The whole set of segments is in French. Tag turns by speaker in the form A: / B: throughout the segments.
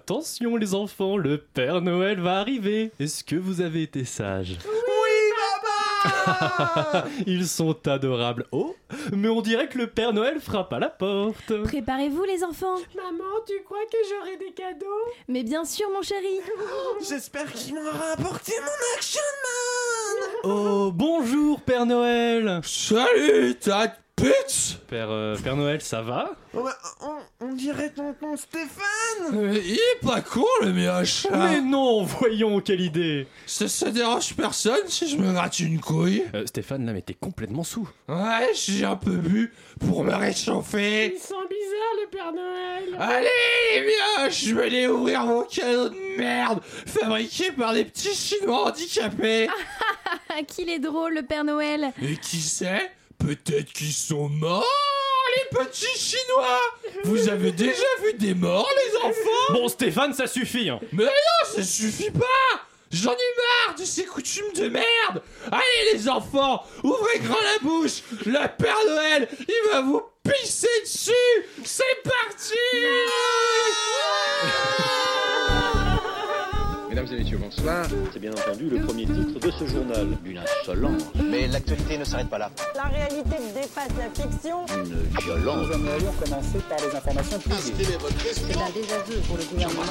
A: Attention les enfants, le Père Noël va arriver. Est-ce que vous avez été sages Ils sont adorables. Oh, mais on dirait que le Père Noël frappe à la porte.
B: Préparez-vous les enfants
C: Maman, tu crois que j'aurai des cadeaux
B: Mais bien sûr mon chéri
D: J'espère qu'il m'aura apporté mon action man
A: Oh, bonjour Père Noël.
E: Salut, ta pute
A: Père, euh, Père Noël, ça va
D: Oh bah, on, on dirait tonton Stéphane
E: Mais il est pas con le mioche
A: Mais non, voyons, quelle idée
E: ça, ça dérange personne si je me gratte une couille
A: Euh, Stéphane, là, mais t'es complètement sous.
E: Ouais, j'ai un peu bu pour me réchauffer
C: Il sent bizarre le Père Noël
E: Allez les mioches, je vais aller ouvrir mon cadeau de merde Fabriqué par des petits chinois handicapés
B: Ah qu'il est drôle le Père Noël
E: Et qui sait Peut-être qu'ils sont morts les petits chinois Vous avez déjà vu des morts les enfants
A: Bon, Stéphane, ça suffit. hein.
E: Mais non, ça suffit pas J'en ai marre de ces coutumes de merde Allez les enfants, ouvrez grand la bouche Le Père Noël, il va vous pisser dessus C'est parti
F: Mesdames et messieurs, bonsoir. C'est bien entendu le premier titre de ce journal. Une insolence,
G: Mais l'actualité ne s'arrête pas là.
H: La réalité dépasse la fiction.
A: Eh
F: une violence.
I: C'est un désaveu pour le gouvernement.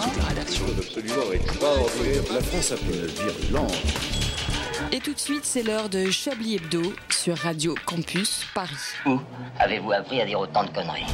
F: La France a fait une virulence.
J: Et tout de suite, c'est l'heure de Chablis Hebdo sur Radio Campus Paris.
I: Où avez-vous appris à dire autant de conneries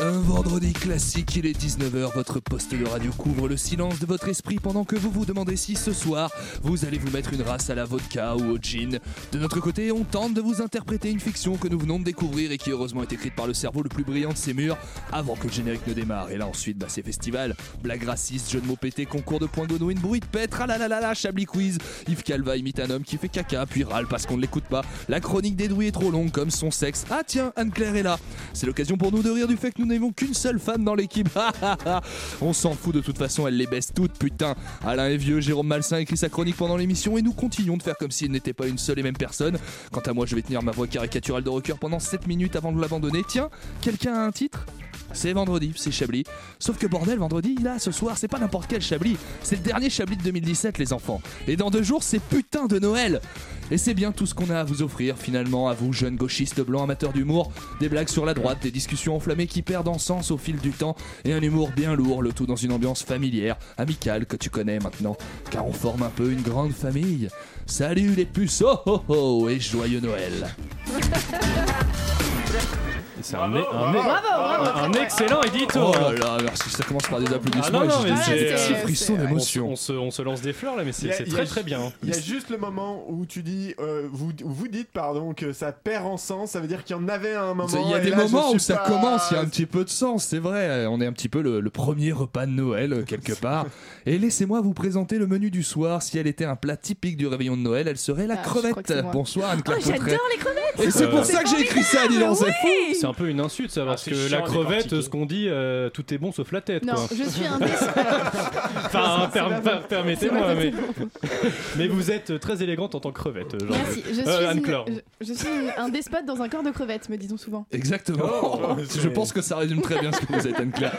E: Un vendredi classique, il est 19h, votre poste de radio couvre le silence de votre esprit pendant que vous vous demandez si ce soir, vous allez vous mettre une race à la vodka ou au gin. De notre côté, on tente de vous interpréter une fiction que nous venons de découvrir et qui heureusement est écrite par le cerveau le plus brillant de ces murs avant que le générique ne démarre. Et là ensuite, bah, c'est festival, blagues racistes, jeux de mots pétés, concours de points Godwin, bruit de pètre, ah là là là là, Chablis quiz. Yves Calva imite un homme qui fait caca, puis râle parce qu'on ne l'écoute pas. La chronique d'Edoui est trop longue comme son sexe. Ah tiens, Anne-Claire est là. C'est l'occasion pour nous de rire du fait que nous n'ayons qu'une seule femme dans l'équipe. Ah, ah, ah. On s'en fout de toute façon, elle les baisse toutes, putain. Alain est vieux, Jérôme Malsain écrit sa chronique pendant l'émission et nous continuons de faire comme s'il n'était pas une seule et même personne. Quant à moi, je vais tenir ma voix caricaturale de rocker pendant 7 minutes avant de l'abandonner. Tiens, quelqu'un a un titre c'est vendredi, c'est Chablis. Sauf que bordel, vendredi, là, ce soir, c'est pas n'importe quel Chablis. C'est le dernier Chablis de 2017, les enfants. Et dans deux jours, c'est putain de Noël. Et c'est bien tout ce qu'on a à vous offrir, finalement, à vous, jeunes gauchistes blancs amateurs d'humour. Des blagues sur la droite, des discussions enflammées qui perdent en sens au fil du temps, et un humour bien lourd, le tout dans une ambiance familière, amicale, que tu connais maintenant. Car on forme un peu une grande famille. Salut les puces, oh oh oh, et joyeux Noël.
A: C'est un, un- un excellent édito.
E: Oh là là, merci, ça commence par des
A: Ah
E: applaudissements.
A: non, non,
E: et j'ai
A: mais
E: des-
A: c'est-
E: des petits
A: c'est-
E: frissons
A: on-
E: d'émotion.
A: On, se, on se lance des fleurs là, mais
D: Il
A: c'est
D: y a-
A: c'est
D: il y a
A: très
D: ju-
A: très
E: hein.
A: bien.
D: Il y a juste le moment où tu dis, euh, vous, où vous dites, pardon, que ça perd en sens, ça veut dire qu'il y en avait à un moment.
E: Il y a
D: et
E: des
D: là, je
E: moments où
D: suis
E: ça
D: pas-
E: commence, il y a un petit peu de sens, c'est vrai. On est un petit peu le, le premier repas de Noël, euh, quelque part. Et laissez-moi vous présenter le menu du soir. Si elle était un plat typique du réveillon de Noël, elle serait la
C: Ah, je crois que
E: crevette.
C: c'est moi.
E: Bonsoir, Anne-Claire
B: Oh
E: Cotteret.
B: j'adore les crevettes
E: Et c'est
A: Euh,
E: pour ça que j'ai écrit ça, dis donc, c'est fou.
A: C'est un peu une insulte ça, parce
F: c'est
A: que
F: chiant
A: la
F: à
A: crevette,
F: décortiquer.
A: ce qu'on dit, euh, tout est bon sauf la tête.
B: Non,
A: quoi.
B: je suis un déçu.
A: Enfin, per-
C: pas
A: per- permettez-moi, mais, mais vous êtes très élégante en tant que crevette. euh, genre.
C: Merci, je suis,
A: Euh,
C: une-
A: Anne-Claire.
C: je, je suis une- un despote dans un corps de crevette, me disons souvent.
E: Exactement.
D: Oh, c'est-
E: je pense que ça résume très bien ce que vous êtes, Anne-Claire.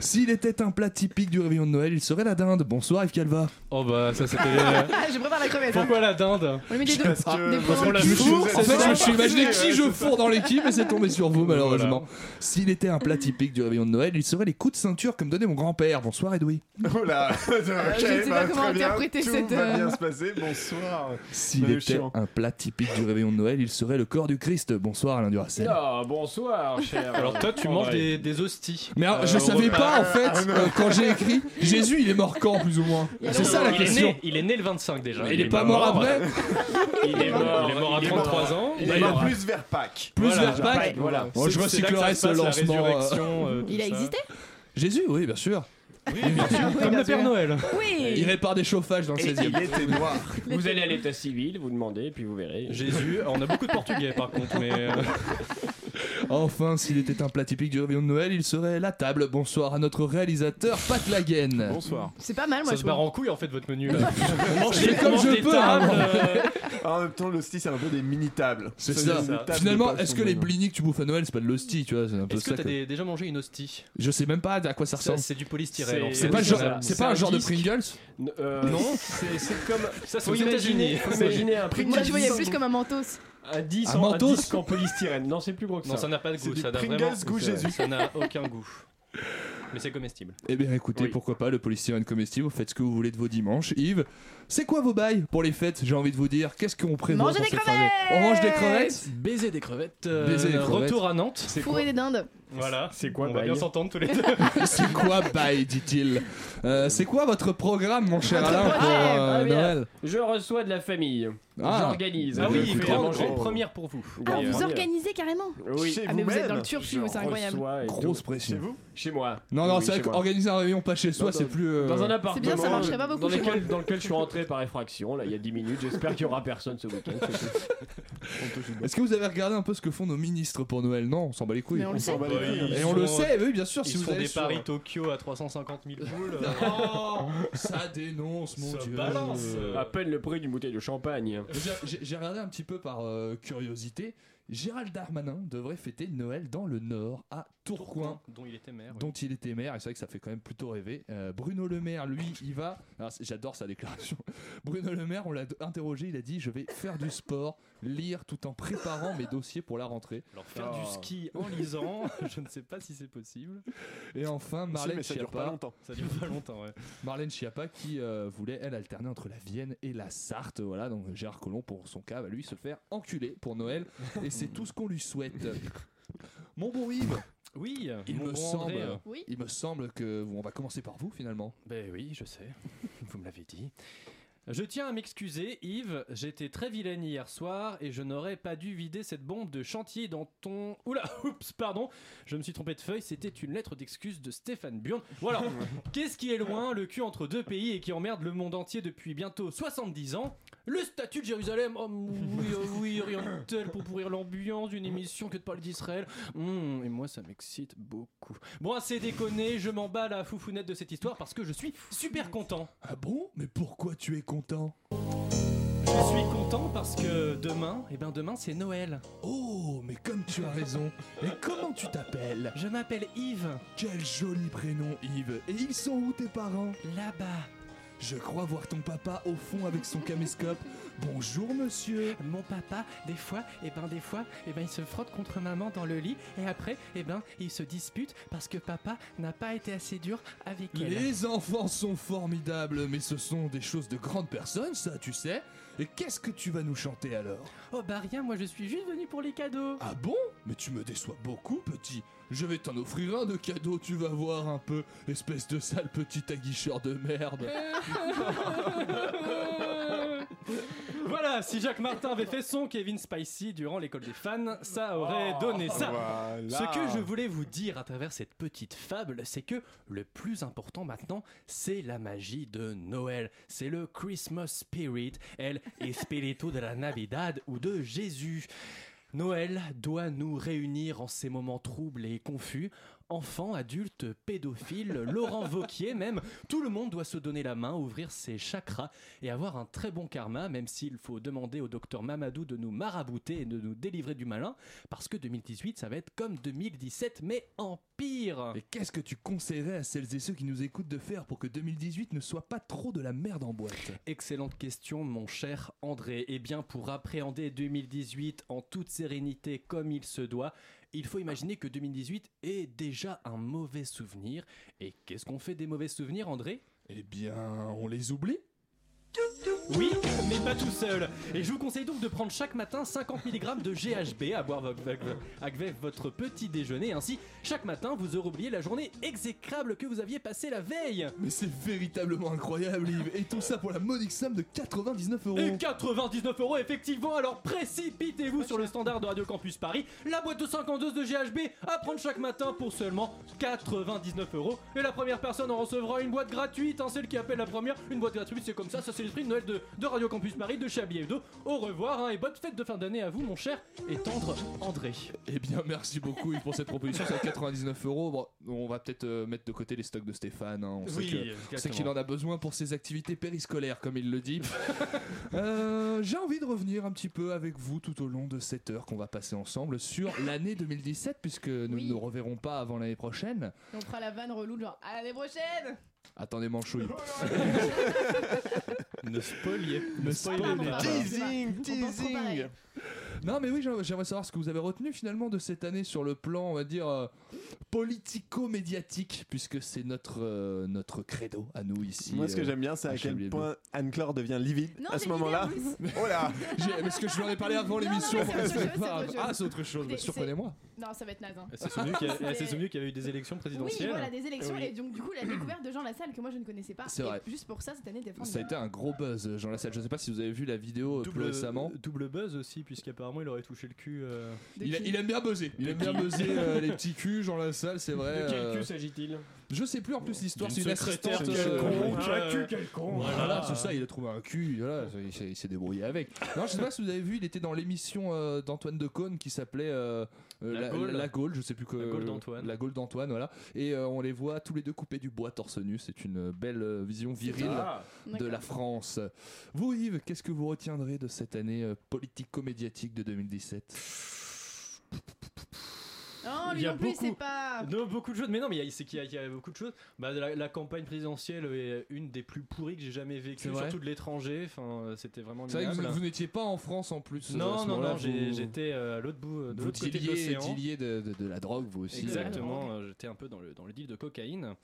E: S'il était un plat typique du réveillon de Noël, il serait la dinde. Bonsoir, Yves Calva.
A: Oh bah ça c'était. euh,
C: je prépare la crevette.
A: Pourquoi la dinde
C: On lui met des deux.
D: Parce que-
C: Des
D: parce
C: points.
A: qu'on l'a
D: Je
A: vu
D: suis-
A: sourd,
D: je
E: En
D: suis-
E: fait, je me
D: je
E: suis imaginé qui je
D: suis-
E: fours dans l'équipe et c'est tombé sur vous, malheureusement. S'il était un plat typique du réveillon de Noël, il serait les coups de ceinture comme donnait mon grand-père. Bonsoir, Edoui.
D: Oh là,
C: je
D: ok,
C: sais pas
D: bah,
C: comment
D: très bien,
C: interpréter
D: tout
C: cette,
D: va
C: euh,
D: bien se passer, bonsoir. Euh,
E: S'il
D: Salut,
E: était
D: chiant.
E: un plat typique du réveillon de Noël, il serait le corps du Christ. Bonsoir, Alain Duracell.
A: Ah,
K: Ah,
F: bonsoir, cher.
A: Alors toi tu manges des, des hosties.
E: Mais alors, je
A: Euh,
E: savais
A: repas.
E: pas en fait euh, quand j'ai écrit Jésus il est mort quand plus ou moins C'est ça la
A: il Est
E: question
A: né, il est né le 25 déjà.
E: Il est pas mort après
A: Il est mort, il est mort à
F: il est
A: 33 ans.
D: Il est
E: il a-
D: plus vers Pâques.
E: Plus
A: Voilà,
E: vers
A: genre,
E: Pâques
F: voilà.
E: Bon, je
A: C'est- c'est là que ça
E: recyclerai ce
A: se passe, la
E: lancement euh,
A: résurrection, euh, tout
B: Il a
A: ça.
B: existé
E: Jésus oui bien sûr
A: Oui, bien sûr, comme le Père Noël.
E: Il répare des chauffages dans le 16 e
D: était noir.
F: Vous allez à l'état civil, vous demandez, puis vous verrez.
A: Jésus, on a beaucoup de portugais par contre, mais. euh,
E: Enfin, s'il était un plat typique du réveillon de Noël, il serait la table. Bonsoir à notre réalisateur Pat Lagen.
D: Bonsoir.
C: C'est pas mal, moi.
A: Ça
C: je
A: se
C: trouve.
A: barre en couille en fait votre menu là. On mange
E: Je fais
A: les- on
E: comme
A: mange
E: je
A: les
E: peux,
A: tables,
E: hein.
A: euh,
D: En même temps, l'hostie, c'est un peu des mini-tables.
E: C'est
D: des
E: ça.
D: mini-tables de
E: Finalement,
D: pâtes
E: est-ce
D: sont
E: que les
D: bonnes.
E: blinis que tu bouffes à Noël, c'est pas de l'hostie, tu vois C'est un peu
A: Est-ce que
E: ça.
A: t'as
E: que-
A: des- déjà mangé une hostie
E: Je sais même pas à quoi ça
A: Ça,
E: ressemble.
A: c'est du polystyrène. en fait.
E: C'est pas, le
K: c'est
E: genre-
K: ça.
E: c'est
K: C'est
E: pas un
K: un
E: genre de
K: disque.
E: Pringles
K: Euh,
E: Non.
K: C'est c'est comme. Ça,
A: Faut
K: faut imaginer,
A: imaginer.
K: faut imaginer un prix
C: Moi, je voyais plus comme un mentos.
K: un disque
E: Un
K: en, un
E: mentos.
K: disque en polystyrène. Non, c'est plus gros que
A: Non,
K: ça.
A: ça n'a pas de
D: C'est
A: goût.
D: du
A: Ça n'a
D: Pringles
A: vraiment.
D: goût Jésus.
A: Ça n'a aucun goût. Mais c'est comestible.
E: Eh bien, écoutez,
K: Oui.
E: pourquoi pas le polystyrène comestible Vous faites ce que vous voulez de vos dimanches. Yves, c'est quoi vos bails pour les fêtes J'ai envie de vous dire, qu'est-ce qu'on prévoit
C: Manger
E: pour
C: des
E: cette fin d'année On mange des crevettes
K: Baiser des crevettes.
A: Euh,
E: Baiser les crevettes.
A: retour à Nantes.
C: Fourrer des dindes.
A: Voilà.
K: C'est
A: On
K: quoi
A: va bien
K: bail
A: s'entendre tous les deux.
E: C'est quoi bail dit-il Euh, C'est quoi votre programme, mon cher
K: Votre
E: Alain, pour
K: programme,
E: euh,
K: ah bien.
E: Noël
K: Je reçois de la famille.
E: Ah.
K: J'organise.
A: Ah oui,
K: Je fais à
A: grande,
K: manger.
A: grande première pour vous.
B: Ah,
K: Oui,
B: vous
K: euh,
B: organisez carrément
K: Oui.
D: Chez
C: Ah, mais vous êtes
D: vous-même
C: dans le turfu,
K: Je
C: c'est incroyable.
K: reçois et
E: Grosse
K: tout.
D: Chez
E: pression.
D: vous
K: Chez moi.
E: Non, non,
D: Oui,
E: c'est vrai
D: chez moi.
E: qu'organiser un réveillon pas chez soi,
K: Dans-
E: c'est plus. euh,
K: Dans un appartement.
C: C'est bien, ça marcherait pas
K: dans
C: beaucoup chez moi.
K: lequel, dans lequel je suis rentré par effraction, là, il y a 10 minutes. J'espère qu'il y aura personne ce week-end.
E: Est-ce que vous avez regardé un peu ce que font nos ministres pour Noël Non, on s'en bat les couilles.
C: Mais on le
D: On
C: sait.
D: s'en bat les
A: Bah,
D: couilles.
A: ils
E: Et on le
A: sont-
E: sait, oui, bien sûr, si
A: Ils
E: vous
A: font
E: allez
A: des
E: sur-
A: paris Tokyo à 350 000 boules. euh,
E: Oh, ça dénonce, mon
A: Ça
E: dieu. euh,
A: balance.
K: À peine le prix d'une bouteille de champagne.
E: J'ai- J'ai j'ai regardé un petit peu par euh, curiosité. Gérald Darmanin devrait fêter Noël dans le Nord, à Tourcoing,
A: Dont il était maire. oui.
E: dont il était maire. Et c'est vrai que ça fait quand même plutôt rêver. Euh, Bruno Le Maire, lui, il va. alors, c'est- J'adore sa déclaration. Bruno Le Maire, on l'a interrogé. Il a dit Je vais faire du sport, lire tout en préparant mes dossiers pour la rentrée.
A: Alors faire
D: Oh.
A: du ski en lisant, je ne sais pas si c'est possible.
E: Et enfin,
D: Si,
E: Marlène
D: mais ça dure pas
E: Schiappa,
D: longtemps.
A: Ça dure pas longtemps, ouais.
E: Marlène Schiappa qui euh, voulait, elle, alterner entre la Vienne et la Sarthe. Voilà, donc Gérard Collomb, pour son cas, va lui se faire enculer pour Noël. Et c'est tout ce qu'on lui souhaite. Mon bon Yves,
A: Oui,
E: Il
A: mon
E: me
A: bon
E: semble.
A: André, euh,
C: Oui.
E: Il me semble que on va commencer par vous finalement.
A: Ben oui, je sais. Vous me l'avez dit. Je tiens à m'excuser, Yves. J'étais très vilaine hier soir et je n'aurais pas dû vider cette bombe de chantier dans ton. Oula, oups, pardon. Je me suis trompé de feuille. C'était une lettre d'excuse de Stéphane Burn. Voilà. Qu'est-ce qui est loin, le cul entre deux pays et qui emmerde le monde entier depuis bientôt 70 ans Le statut de Jérusalem. Oh oui, oh oui, rien de tel pour pourrir l'ambiance d'une émission que de parler d'Israël. Hum, et moi, ça m'excite beaucoup. Bon, assez déconné, je m'en bats la foufounette de cette histoire parce que je suis super content.
E: Ah bon Mais pourquoi tu es content
A: Je suis content parce que demain, et ben demain c'est Noël.
E: Oh, mais comme tu as raison. Mais comment tu t'appelles
A: Je m'appelle Yves,
E: Quel joli prénom Yves. Et ils sont où tes parents
A: là-bas.
E: Je crois voir ton papa au fond avec son caméscope. Bonjour monsieur.
A: Mon papa, des fois, et ben des fois, et ben il se frotte contre maman dans le lit et après, et ben il se dispute parce que papa n'a pas été assez dur avec elle.
E: Les enfants sont formidables, mais ce sont des choses de grandes personnes, ça, tu sais. Et qu'est-ce que tu vas nous chanter alors
A: Oh bah rien, moi je suis juste venu pour les cadeaux.
E: Ah bon Mais tu me déçois beaucoup, petit. Je vais t'en offrir un de cadeau, tu vas voir un peu, espèce de sale petit aguicheur de merde.
A: Euh, Voilà, si Jacques Martin avait fait son Kevin Spicy durant l'école des fans, ça aurait donné ça.
D: Voilà.
A: Ce que je voulais vous dire à travers cette petite fable, c'est que le plus important maintenant, c'est la magie de Noël. C'est le Christmas Spirit, el espíritu de la Navidad ou de Jésus. Noël doit nous réunir en ces moments troubles et confus. Enfants, adultes, pédophiles, Laurent Vauquier même, tout le monde doit se donner la main, ouvrir ses chakras et avoir un très bon karma, même s'il faut demander au docteur Mamadou de nous marabouter et de nous délivrer du malin, parce que 2018, ça va être comme 2017, mais en pire.
E: Et qu'est-ce que tu conseillerais à celles et ceux qui nous écoutent de faire pour que 2018 ne soit pas trop de la merde en boîte
A: Excellente question, mon cher André. Eh bien, pour appréhender 2018 en toute sérénité comme il se doit, il faut imaginer que 2018 est déjà un mauvais souvenir. Et qu'est-ce qu'on fait des mauvais souvenirs, André
E: Eh bien, on les oublie
A: Oui, mais pas tout seul. Et je vous conseille donc de prendre chaque matin 50 mg de GHB à boire vo- vo- avec votre petit déjeuner. Ainsi, chaque matin, vous aurez oublié la journée exécrable que vous aviez passée la veille.
E: Mais c'est véritablement incroyable, Yves Et tout ça pour la modique somme de 99 euros
A: Et 99 euros effectivement, alors précipitez-vous sur le standard de Radio Campus Paris, la boîte de 52 de GHB à prendre chaque matin pour seulement 99 euros. Et la première personne en recevra une boîte gratuite, hein, celle qui appelle la première, une boîte gratuite c'est comme ça, ça c'est c'est l'esprit de Noël de, de Radio Campus Paris, de Chablis Hebdo. Au revoir hein, et bonne fête de fin d'année à vous, mon cher et tendre André.
E: Eh bien, merci beaucoup Yves, pour cette proposition. C'est à 99 euros. Bon, on va peut-être euh, mettre de côté les stocks de Stéphane. hein. On sait
A: Oui,
E: que- on
A: exactement.
E: sait qu'il en a besoin pour ses activités périscolaires, comme il le dit. Euh, J'ai envie de revenir un petit peu avec vous tout au long de cette heure qu'on va passer ensemble sur l'année 2017, puisque nous ne nous reverrons pas avant l'année prochaine.
C: Et on fera la vanne relou, genre à l'année prochaine
E: Attendez, Manchouille.
A: ne spoiliez
E: Ne
C: spoiliez pas.
D: Teasing,
C: Ah, On pense trop
D: teasing.
C: pareil.
E: Non, mais oui, j'aimerais j'aimerais savoir ce que vous avez retenu finalement de cette année sur le plan, on va dire, euh, politico-médiatique, puisque c'est notre, euh, notre credo à nous ici.
D: Moi, ce que
E: euh,
D: j'aime bien, c'est
E: à
D: à quel
E: Chablis Hebdo.
D: point Anne-Claire devient livide
C: Non,
D: à
C: j'ai
D: ce
C: l'idée,
D: moment-là.
C: en plus.
D: Oh là
E: J'ai- Parce que je leur ai parlé avant
C: Non, non,
E: l'émission.
C: mais c'est
E: je
C: autre
E: sais
C: chose,
E: pas.
C: c'est autre chose.
E: ah, c'est autre chose, mais
C: C'est-
E: surprenez-moi.
C: Non, ça va être naze. hein.
A: Elle s'est souvenue qu'il y, a- eh, elle s'est
C: C'est-
A: souvenue qu'il y avait eu des élections
C: Oui,
A: présidentielles. Ah
C: voilà, des élections
A: Oui.
C: et donc du coup la découverte de Jean Lassalle que moi je ne connaissais pas.
E: C'est
C: Et
E: vrai.
C: Juste pour ça cette année était
E: Oh, Ça a
C: formidable.
E: été un gros buzz, euh, Jean Lassalle. Je sais pas si vous avez vu la vidéo euh, plus récemment.
A: double buzz aussi, puisqu'apparemment il aurait touché le cul. euh,
C: De
E: Il, a-
C: qui
E: il aime bien buzzer. Il aime bien buzzer euh, les petits culs, Jean Lassalle, c'est vrai.
K: De quel
E: euh,
K: cul s'agit-il
E: Je sais plus en plus l'histoire.
A: D'une
E: C'est une
A: secrétaire
E: assistante,
A: de-
E: euh,
A: Quelconque,
K: Un
A: euh,
K: cul quelconque.
A: voilà.
E: Voilà, c'est ça, il a trouvé un cul, voilà, il s'est- il s'est débrouillé avec. Non, je sais pas si vous avez vu, il était dans l'émission euh, d'Antoine Decaune qui s'appelait euh, euh,
A: La
E: la,
A: Gaule.
E: La Gaule, je sais plus que
A: La Gaule d'Antoine.
E: La Gaule d'Antoine, voilà. Et euh, on les voit tous les deux coupés du bois torse nu, c'est une belle euh, vision virile
K: Ah,
E: de la France. Vous Yves, qu'est-ce que vous retiendrez de cette année euh, politico-médiatique de 2017
C: Non,
A: Il
C: Oh, lui
A: y a
C: non plus,
A: beaucoup-
C: c'est pas.
A: Non, beaucoup de choses, mais non, mais il y a- c'est qu'il y, a- il y a beaucoup de choses. Bah, la, la campagne présidentielle est une des plus pourries que j'ai jamais
E: C'est
A: vécues,
E: vrai
A: surtout de l'étranger. Enfin, euh, c'était vraiment
E: C'est vrai que
A: minable.
E: vous, vous n'étiez pas en France en plus. euh, à
A: Non,
E: ce
A: non,
E: moment-là,
A: non, j'ai-
E: vous-
A: j'étais euh, à l'autre bout, euh, de
E: Vous
A: l'autre côté de
E: dealiez,
A: l'océan.
E: dealiez de, de- de la drogue, vous aussi.
A: Exactement, euh, j'étais un peu dans le, dans le deal de cocaïne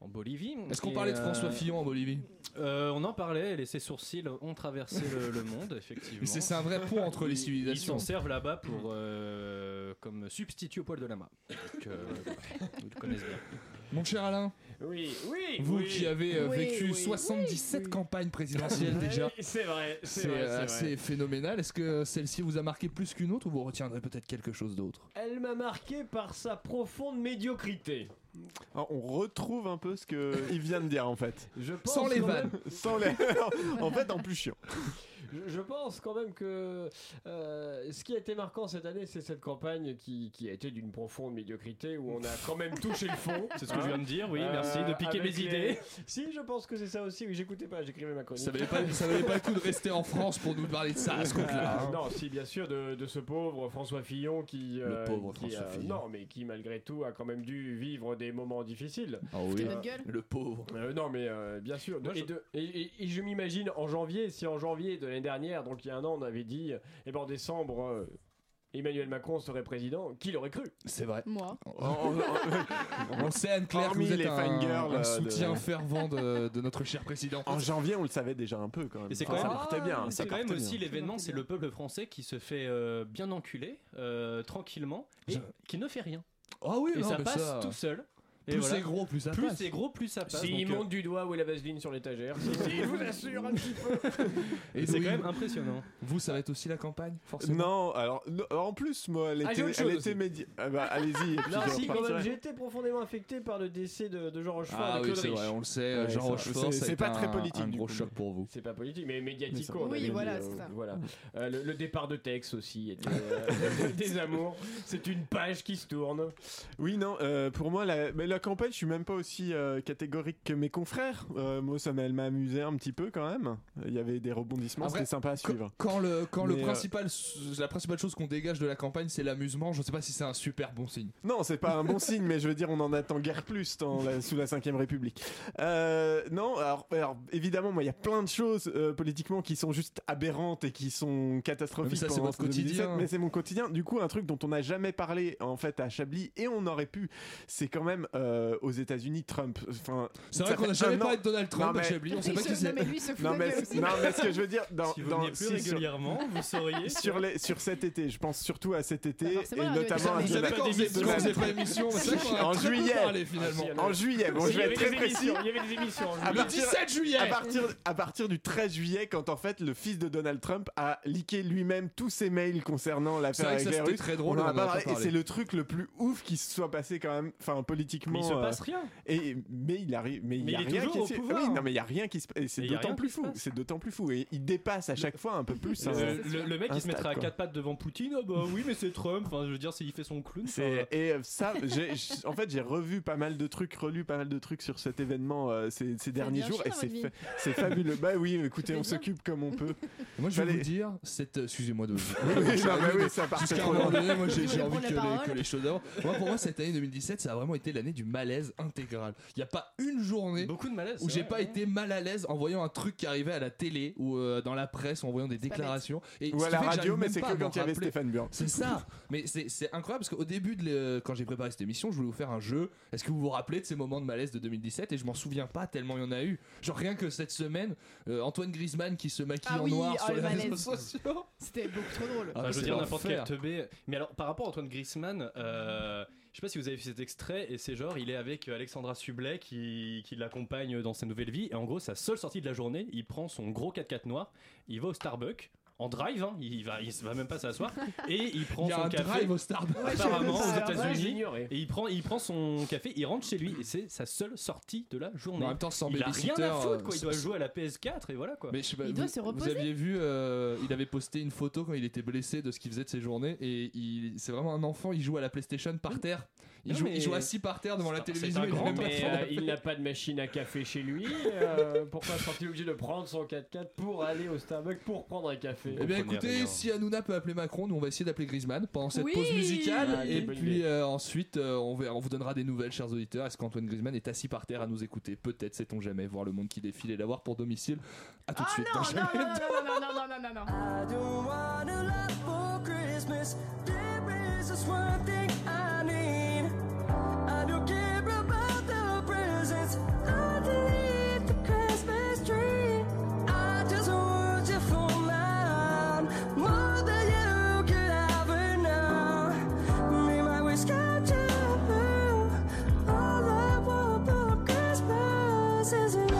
A: en Bolivie.
E: Est-ce qu'on
A: Et,
E: parlait de
A: euh,
E: François Fillon en Bolivie
A: euh, On en parlait, et ses sourcils ont traversé le, le monde, effectivement.
E: C'est c'est un vrai pont entre les
A: Ils-
E: civilisations.
A: Ils s'en servent là-bas pour euh, comme substitut au poil de lama. Donc, euh, ils le connaissent bien.
E: Mon cher Alain,
K: Oui, oui.
E: vous
K: oui.
E: qui avez euh,
C: Oui,
E: vécu
C: oui,
E: 77
K: oui.
E: campagnes présidentielles déjà,
K: Oui, C'est vrai, c'est
E: c'est
K: vrai.
E: euh,
K: c'est vrai.
E: assez phénoménal. Est-ce que celle-ci vous a marqué plus qu'une autre ou vous retiendrez peut-être quelque chose d'autre
K: Elle m'a marqué par sa profonde médiocrité.
E: Ah,
D: Alors, On retrouve un peu ce que il vient de dire en fait.
K: Je pense
E: Sans les
K: quand
E: vannes.
K: même-
D: Sans les. en fait, en plus chiant.
K: je, je pense quand même que euh, ce qui a été marquant cette année, c'est cette campagne qui, qui a été d'une profonde médiocrité où on a quand même touché le fond.
A: C'est ce que je viens de dire, oui,
K: Euh,
A: merci de piquer mes
K: avec les-
A: idées.
K: Si, je pense que c'est ça aussi. Oui, j'écoutais pas, j'écrivais ma chronique.
E: ça valait, pas, ça valait pas le coup de rester en France pour nous parler de ça à ce compte-là. hein.
K: Euh, non, si bien sûr de, de ce pauvre François Fillon qui, euh,
E: Le pauvre
K: qui,
E: François Fillon.
K: non mais qui malgré tout a quand même dû vivre des moments difficiles.
E: Ah
C: De
E: oui.
C: notre gueule.
E: Le pauvre.
K: Euh, non mais euh, bien sûr.
A: Moi,
K: et,
A: je-
K: de- et- et- et je m'imagine en janvier, si en janvier de l'année dernière, donc il y a un an, on avait dit, et ben en décembre. euh, Emmanuel Macron serait président, qui l'aurait cru
E: C'est vrai.
C: Moi.
E: On sait, Anne-Claire, que
D: Hormis
E: vous êtes
D: les
E: un,
D: fangirls,
E: un
D: euh,
E: soutien
D: de-
E: fervent de, de notre cher président.
D: En janvier, on le savait déjà un peu quand même.
A: Et c'est
D: Enfin,
A: quand
D: ça
A: même-
D: partait bien. Ça
A: Ah, C'est quand
D: partait
A: même
D: bien.
A: aussi l'événement, c'est le peuple français qui se fait euh, bien enculer, euh, tranquillement, et
E: Je-
A: qui ne fait rien.
E: Ah oui,
A: Et
E: non,
A: ça
E: mais
A: passe tout seul. Et
E: Plus
A: voilà.
E: c'est gros, plus ça
A: Plus
E: passe.
A: c'est gros, plus ça passe.
K: S'il
A: Donc, euh,
K: monte du doigt où est la vaseline sur l'étagère, si, si, je vous assure un petit peu.
E: Et
A: c'est
E: Louis,
A: quand même impressionnant.
E: Vous, ça va être aussi la campagne, forcément.
D: Non, alors non, en plus, moi, elle
K: Ah, j'ai
D: était,
K: autre chose
D: elle était
K: aussi.
D: médi- Ah bah, allez-y. et puis
K: Non,
D: je
K: si, quand
D: repartirai.
K: même, j'ai été profondément affecté par le décès de, de Jean Rochefort
E: Ah
K: de
E: oui,
K: Claude
E: c'est
K: Rich.
E: vrai, on le sait.
D: Ouais,
E: Jean
D: ça-
E: Rochefort,
D: c'est-
E: ça a
D: c'est
E: été
D: pas
E: un-
D: très politique,
E: Un
D: du
E: gros
D: coup.
E: choc pour vous.
K: C'est pas politique, mais médiatique.
D: Mais ça-
K: on
C: Oui,
K: avait
C: voilà,
K: dit, euh,
C: c'est ça.
K: voilà. Euh, le, le départ de Tex aussi était euh, des amours. C'est une page qui se tourne.
D: Oui, non, euh, pour moi, la, mais la campagne, je suis même pas aussi euh, catégorique que mes confrères. Euh, moi, ça m'a elle m'a amusé un petit peu quand même. Il y avait des rebondissements,
E: En vrai,
D: c'était sympa à
E: Quand,
D: suivre.
E: quand le, quand le
D: Mais, euh,
E: principal, la principale chose qu'on dégage de la campagne, c'est l'amusement. Je ne sais pas si c'est un super bon signe.
D: Non, c'est pas un bon signe, mais je veux dire, on en attend guère plus dans la- sous la 5ème République. Euh, non, alors, alors, évidemment, moi, il y a plein de choses euh, politiquement qui sont juste aberrantes et qui sont catastrophiques.
E: Mais ça, c'est
D: pendant
E: votre
D: ce 2017,
E: quotidien.
D: Mais c'est mon quotidien. Du coup, un truc dont on n'a jamais parlé en fait à Chablis et on aurait pu, c'est quand même euh, aux États-Unis Trump. Enfin,
E: C'est vrai
D: Ça
E: qu'on n'a
D: fait
E: jamais
D: un
E: parlé
D: an.
E: de Donald Trump
D: Non, mais-
E: à Chablis. On sait
C: Il
E: pas
C: se-
E: qui c'est.
C: non, mais lui il se fout
D: non
C: de
D: mais,
C: la gueule aussi.
D: non mais ce que je veux dire, dans,
A: si vous
D: dans-
A: veniez plus
D: si, sur-
A: régulièrement, vous sauriez.
D: sur, les, sur cet été, je pense surtout à cet
C: Bah,
D: été
C: forcément,
D: et
C: la radio
D: notamment
C: Campus
D: à
E: Vous
C: Paris.
D: cette
E: savez quand on faisait
D: de
E: quand on
D: la-
E: faisait pas émission, c'est vrai qu'on a
D: En
E: très peu
D: juillet.
E: parlé, finalement.
K: Ah, si,
D: En juillet, bon,
K: Si,
D: je vais
K: il
D: être
K: y avait
D: très
K: des
D: précis.
K: émissions, Il y avait des émissions. en
D: Ah
K: juillet.
D: bah,
E: Le 17 juillet
D: À partir, à partir du 13 juillet, quand en fait le fils de Donald Trump a leaké lui-même tous ses mails concernant
E: C'est
D: l'affaire
E: vrai que
D: avec
E: ça
D: les
E: c'était
D: Russes.
E: très
D: On
E: drôle.
D: en a
E: en
D: pas
E: pas
D: parlé, et
E: parlé.
D: c'est le truc le plus ouf qui se soit passé quand même, enfin politiquement franchement.
K: Mais il se
D: euh,
K: passe rien.
D: Et mais il arrive, mais il
K: Mais
D: y a
K: il est
D: rien
K: toujours
D: qui
K: au
D: se-
K: pouvoir.
D: Oui, non, mais il y a rien qui se. et C'est
A: Et il y a
D: d'autant
A: rien
D: plus
A: qui se
D: fou.
A: passe.
D: C'est d'autant plus fou. Et il dépasse à chaque fois un peu plus.
A: Le,
D: un-
A: le- le mec
D: un
A: il se mettrait
D: stade,
A: à
D: quoi.
A: quatre pattes devant Poutine, oh bah oui mais c'est Trump, enfin je veux dire s'il fait son clown.
D: C'est-
A: enfin,
D: et euh, ça, j'ai- j'- en fait, j'ai revu pas mal de trucs, relu pas mal de trucs sur cet événement euh, ces, ces derniers
H: bien
D: jours,
H: chier
D: et
H: dans
D: c'est
H: votre
D: fa-
H: vie.
D: c'est fabuleux. Bah oui, écoutez,
H: fait
D: on
H: bien.
D: s'occupe comme on peut.
E: Moi, je vais
D: Fallait-
E: vous dire, cette. Excusez-moi de.
D: oui, non, mais oui, ça part
E: Jusqu'à un
D: trop
E: moment
D: loin.
E: donné, moi, j'ai
H: Tu
E: j'ai
H: voulais
E: envie
H: prendre
E: que
H: la
E: les,
H: parole
E: que les choses d'avant. Moi, pour moi, cette année 2017, ça a vraiment été l'année du malaise intégral. Il n'y a pas une journée
A: beaucoup de malaise.
E: où
A: c'est
E: j'ai
A: vrai.
E: pas été mal à l'aise en voyant un truc qui arrivait à la télé ou euh, dans la presse en voyant des
H: pas
E: déclarations. Et
D: Ou
E: ce
D: à
E: qui
D: la
E: fait que
D: radio,
E: j'arrive
D: mais
E: même
D: c'est
E: pas
D: que
E: à m'en
D: quand il y avait
E: rappeler.
D: Stéphane Burn.
E: C'est ça, mais c'est c'est incroyable parce qu'au début, de l'é- quand j'ai préparé cette émission, je voulais vous faire un jeu. Est-ce que vous vous rappelez de ces moments de malaise de 2017 Et je m'en souviens pas tellement il y en a eu. Genre rien que cette semaine, euh, Antoine Griezmann qui se maquille
H: Ah
E: en
H: oui,
E: noir
H: oh,
E: sur
H: le
E: les réseaux
H: malaise.
E: sociaux.
H: C'était beaucoup trop drôle.
E: Ah,
A: Enfin,
E: mais
A: je veux
E: c'est
A: dire n'importe quel
E: l'enfer.
A: teubé. Mais alors par rapport à Antoine Griezmann, euh, je sais pas si vous avez vu cet extrait et c'est genre il est avec Alexandra Sublet qui, qui l'accompagne dans sa nouvelle vie et en gros sa seule sortie de la journée, il prend son gros 4x4 noir, il va au Starbucks en drive, hein, il va il va même pas s'asseoir et il prend
E: Il y a
A: son
E: un
A: café.
E: drive au Starbucks.
A: apparemment
K: Ah,
A: aux
K: alors ça,
A: États-Unis.
K: j'ignorais.
A: Et il prend, il prend son café, il rentre chez lui et c'est sa seule sortie de la
E: Mais
A: journée.
E: en même temps, sans
A: il a
E: babysitter,
A: rien à foutre quoi,
E: euh,
A: il doit jouer à la PS4 et voilà quoi.
E: Mais je sais pas,
H: Il
E: vous,
H: doit se
E: vous
H: reposer.
E: aviez vu, euh, il avait posté une photo quand il était blessé de ce qu'il faisait de ses journées et il, c'est vraiment un enfant, il joue à la PlayStation par terre. Il,
A: Non,
E: joue,
A: mais-
E: il joue assis par terre devant la
A: C'est un-
E: télévision.
A: c'est un
E: il est
A: grand
E: même pas
K: Mais
E: fort.
K: euh, il n'a pas de machine à café chez lui. euh, pourquoi sera-t-il obligé de prendre son 4x4 pour aller au Starbucks pour prendre un café
E: Eh bien
A: comprenez
E: écoutez,
A: rien.
E: si Hanouna peut appeler Macron, nous on va essayer d'appeler Griezmann pendant cette
H: Oui
E: pause musicale.
K: Ah,
E: et
K: quelle bonne
E: puis
K: idée.
E: euh, ensuite, euh, on, verra- on vous donnera des nouvelles, chers auditeurs. Est-ce qu'Antoine Griezmann est assis par terre à nous écouter Peut-être, sait-on jamais, voir le monde qui défile et l'avoir pour domicile. A tout de
H: Ah
E: suite.
H: non,
E: dans
H: non, non,
E: Jamais.
H: non, non, non, non, non, non, non, non.
F: I don't want a lot for Christmas. There is just one thing I need. I don't care about the presents underneath the Christmas tree. I just want you for mine, more than you could ever know. May my wish come true. All I want for Christmas is love.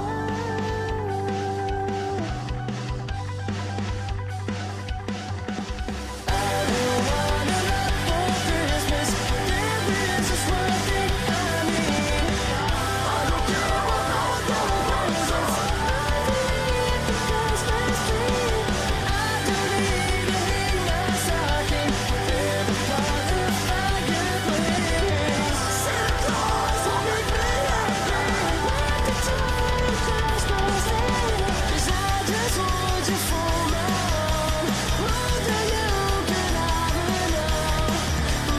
F: Just want you for love, more than you can ever know.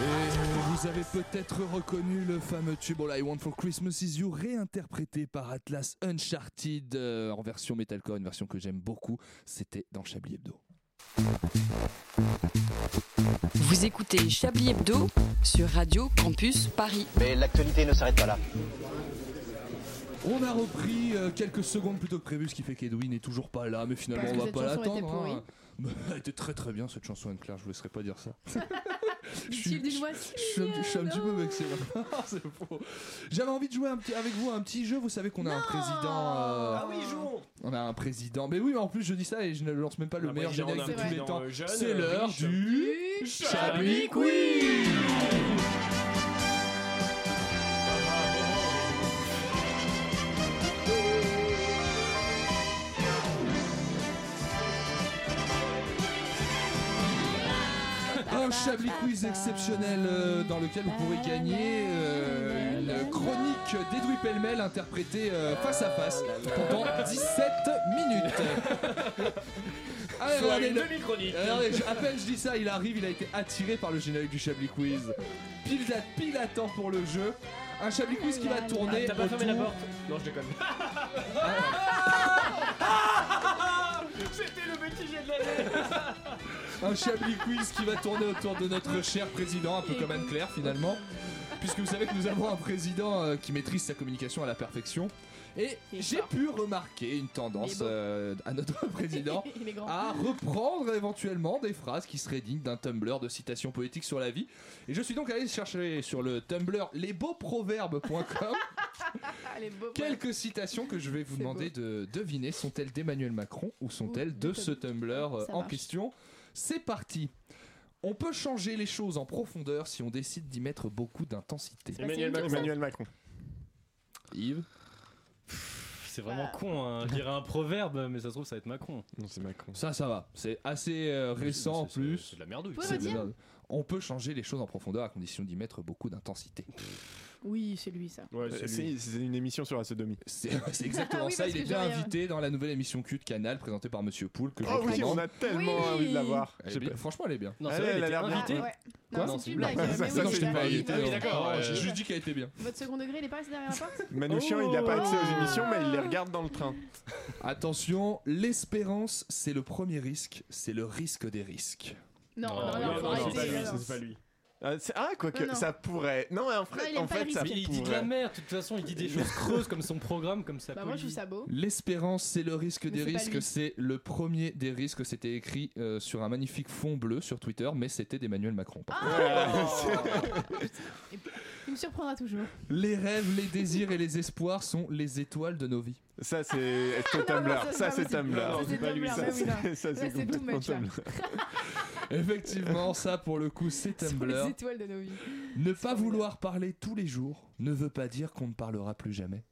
E: Et vous avez peut-être reconnu le fameux tube All I Want for Christmas Is You réinterprété par Atlas Uncharted euh, en version metalcore, une version que j'aime beaucoup. C'était dans Chablis Hebdo.
J: Vous écoutez Chablis Hebdo sur Radio Campus Paris.
L: Mais l'actualité ne s'arrête pas là.
E: On a repris euh, quelques secondes plus tôt que prévu, ce qui fait qu'Edwin n'est toujours pas là, mais finalement
H: Parce
E: on
H: que
E: va
H: cette
E: pas
H: chanson était
E: l'attendre.
H: pourrie.
E: hein. Mais Elle était très très bien cette chanson Anne-Claire, je vous laisserai pas dire ça. Je suis, je, je suis un- je suis un petit peu vexé. là. C'est faux. J'avais envie de jouer un petit- avec vous à un petit jeu. Vous savez qu'on a un président. euh,
K: Ah oui, jouons
E: On a un président. Mais oui, mais en plus je dis ça et je ne lance même pas le
K: Ah,
E: meilleur
K: bah, il y en a
E: générique de
K: un
E: tous les
K: président,
E: temps.
K: euh, jeune,
E: C'est
K: euh,
E: l'heure
K: riche.
E: du
K: Chablis
E: Chablis
K: Quiz.
E: Quiz. Un Chablis Quiz exceptionnel euh, dans lequel vous pourrez gagner euh, une chronique d'Edoui Pellemel interprétée euh, face à face pendant 17 minutes. Ah, Allez,
K: Soit
E: regardez
K: une
E: le-
K: demi-chronique.
E: Regardez, je- à peine je dis ça, il arrive, il a été attiré par le générique du Chablis Quiz. Pile à, pile à temps pour le jeu. Un Chablis Quiz qui va tourner.
K: Ah, T'as pas fermé la
E: autour-
K: porte Non, je déconne. C'était le petit jet de l'année
E: Un Chablis Quiz qui va tourner autour de notre cher président, un peu comme Anne-Claire finalement. Puisque vous savez que nous avons un président euh, qui maîtrise sa communication à la perfection. Et j'ai pu remarquer une tendance euh, à notre président
K: Il est grand.
E: à reprendre éventuellement des phrases qui seraient dignes d'un Tumblr de citations poétiques sur la vie. Et je suis donc allé chercher sur le Tumblr lesbeauxproverbes.com
C: Allez, beau.
E: quelques citations que je vais vous demander de deviner. Sont-elles d'Emmanuel Macron ou sont-elles de ce Tumblr euh,
C: Ça
E: en
C: marche.
E: question C'est parti on peut changer les choses en profondeur si on décide d'y mettre beaucoup d'intensité.
D: C'est Emmanuel Macron. Emmanuel Macron.
E: Yves
A: C'est vraiment con, hein. je dirais un proverbe, mais ça se trouve ça va être Macron.
D: Non, c'est Macron.
E: Ça, ça va. C'est assez euh, récent en plus. C'est
A: de la merdouille.
C: Vous pouvez me
E: de la
C: dire
E: merde. On peut changer les choses en profondeur à condition d'y mettre beaucoup d'intensité.
C: Oui, c'est lui ça.
D: Euh, C'est c'est une émission sur la sodomie.
E: C'est bah, c'est exactement
C: Ah Oui,
E: ça.
C: parce
E: Il
C: que
E: est bien
C: j'ai rien.
E: invité dans la nouvelle émission Q de Canal présentée par Monsieur Poul que je
D: Oh
E: vous
D: oui, on
E: recommande.
D: a tellement
C: Oui.
D: envie de la voir.
E: Elle est
D: J'ai
E: bien-
D: pas-
E: Franchement, elle est bien.
A: Non,
D: Ah
A: c'est
D: ouais,
A: vrai,
D: elle
A: il
D: a
A: était
D: l'air bien.
A: invité.
C: Ah, ouais.
E: Quoi
C: Non,
E: Non,
C: c'est
E: c'est
C: une
E: une Ah,
C: blague. mais
D: Ça,
C: oui,
D: ça,
E: Non,
C: oui,
E: je
D: c'est
E: t'ai
D: une
C: bah,
E: pas
D: blague.
C: oui,
E: invité.
C: bah,
E: non.
K: d'accord,
E: Oh,
K: ouais.
E: J'ai juste dit qu'elle était bien.
C: Votre second degré, il est pas resté derrière la porte Oh.
D: Manouchian, il a pas accès aux émissions, mais il les regarde dans le train.
E: Attention, l'espérance, c'est le premier risque, c'est le risque des risques.
C: Non,
A: Non,
C: non,
A: non,
C: non, faut
A: non,
C: arrêter,
A: c'est pas lui,
C: alors.
K: c'est pas lui.
D: Ah, c'est- ah, quoique,
C: Non, non.
D: ça pourrait. Non, en
C: Non,
D: fait,
C: il aime
D: en
C: pas
D: fait,
C: les
D: ça
A: Mais il dit de
D: pourrait.
A: la merde, de toute façon, il dit des choses creuses comme son programme, comme ça.
C: Bah, moi je trouve ça beau.
E: L'espérance, c'est le risque
C: Mais
E: des
C: c'est pas
E: risques,
C: lui.
E: c'est le premier des risques. C'était écrit euh, sur un magnifique fond bleu sur Twitter, mais c'était d'Emmanuel Macron.
D: Ouais, c'est-
C: Il me surprendra toujours.
E: Les rêves, les désirs et les espoirs sont les étoiles de nos vies.
D: Ça, c'est c'est
C: non,
D: Tumblr.
C: Ah,
D: Ça,
C: ça, c'est
D: c'est
C: pas possible.
D: Tumblr.
C: Ça, c'est Tumblr, mais
D: Ça,
C: oui, non.
D: c'est- Ça,
C: Là,
D: c'est
C: c'est tout
D: complètement
C: match, là.
D: Tumblr.
E: Effectivement, ça pour le coup, c'est
C: Ce sont les
E: Tumblr.
C: étoiles de nos vies.
E: Ne pas vouloir parler tous les jours ne veut pas dire qu'on ne parlera plus jamais.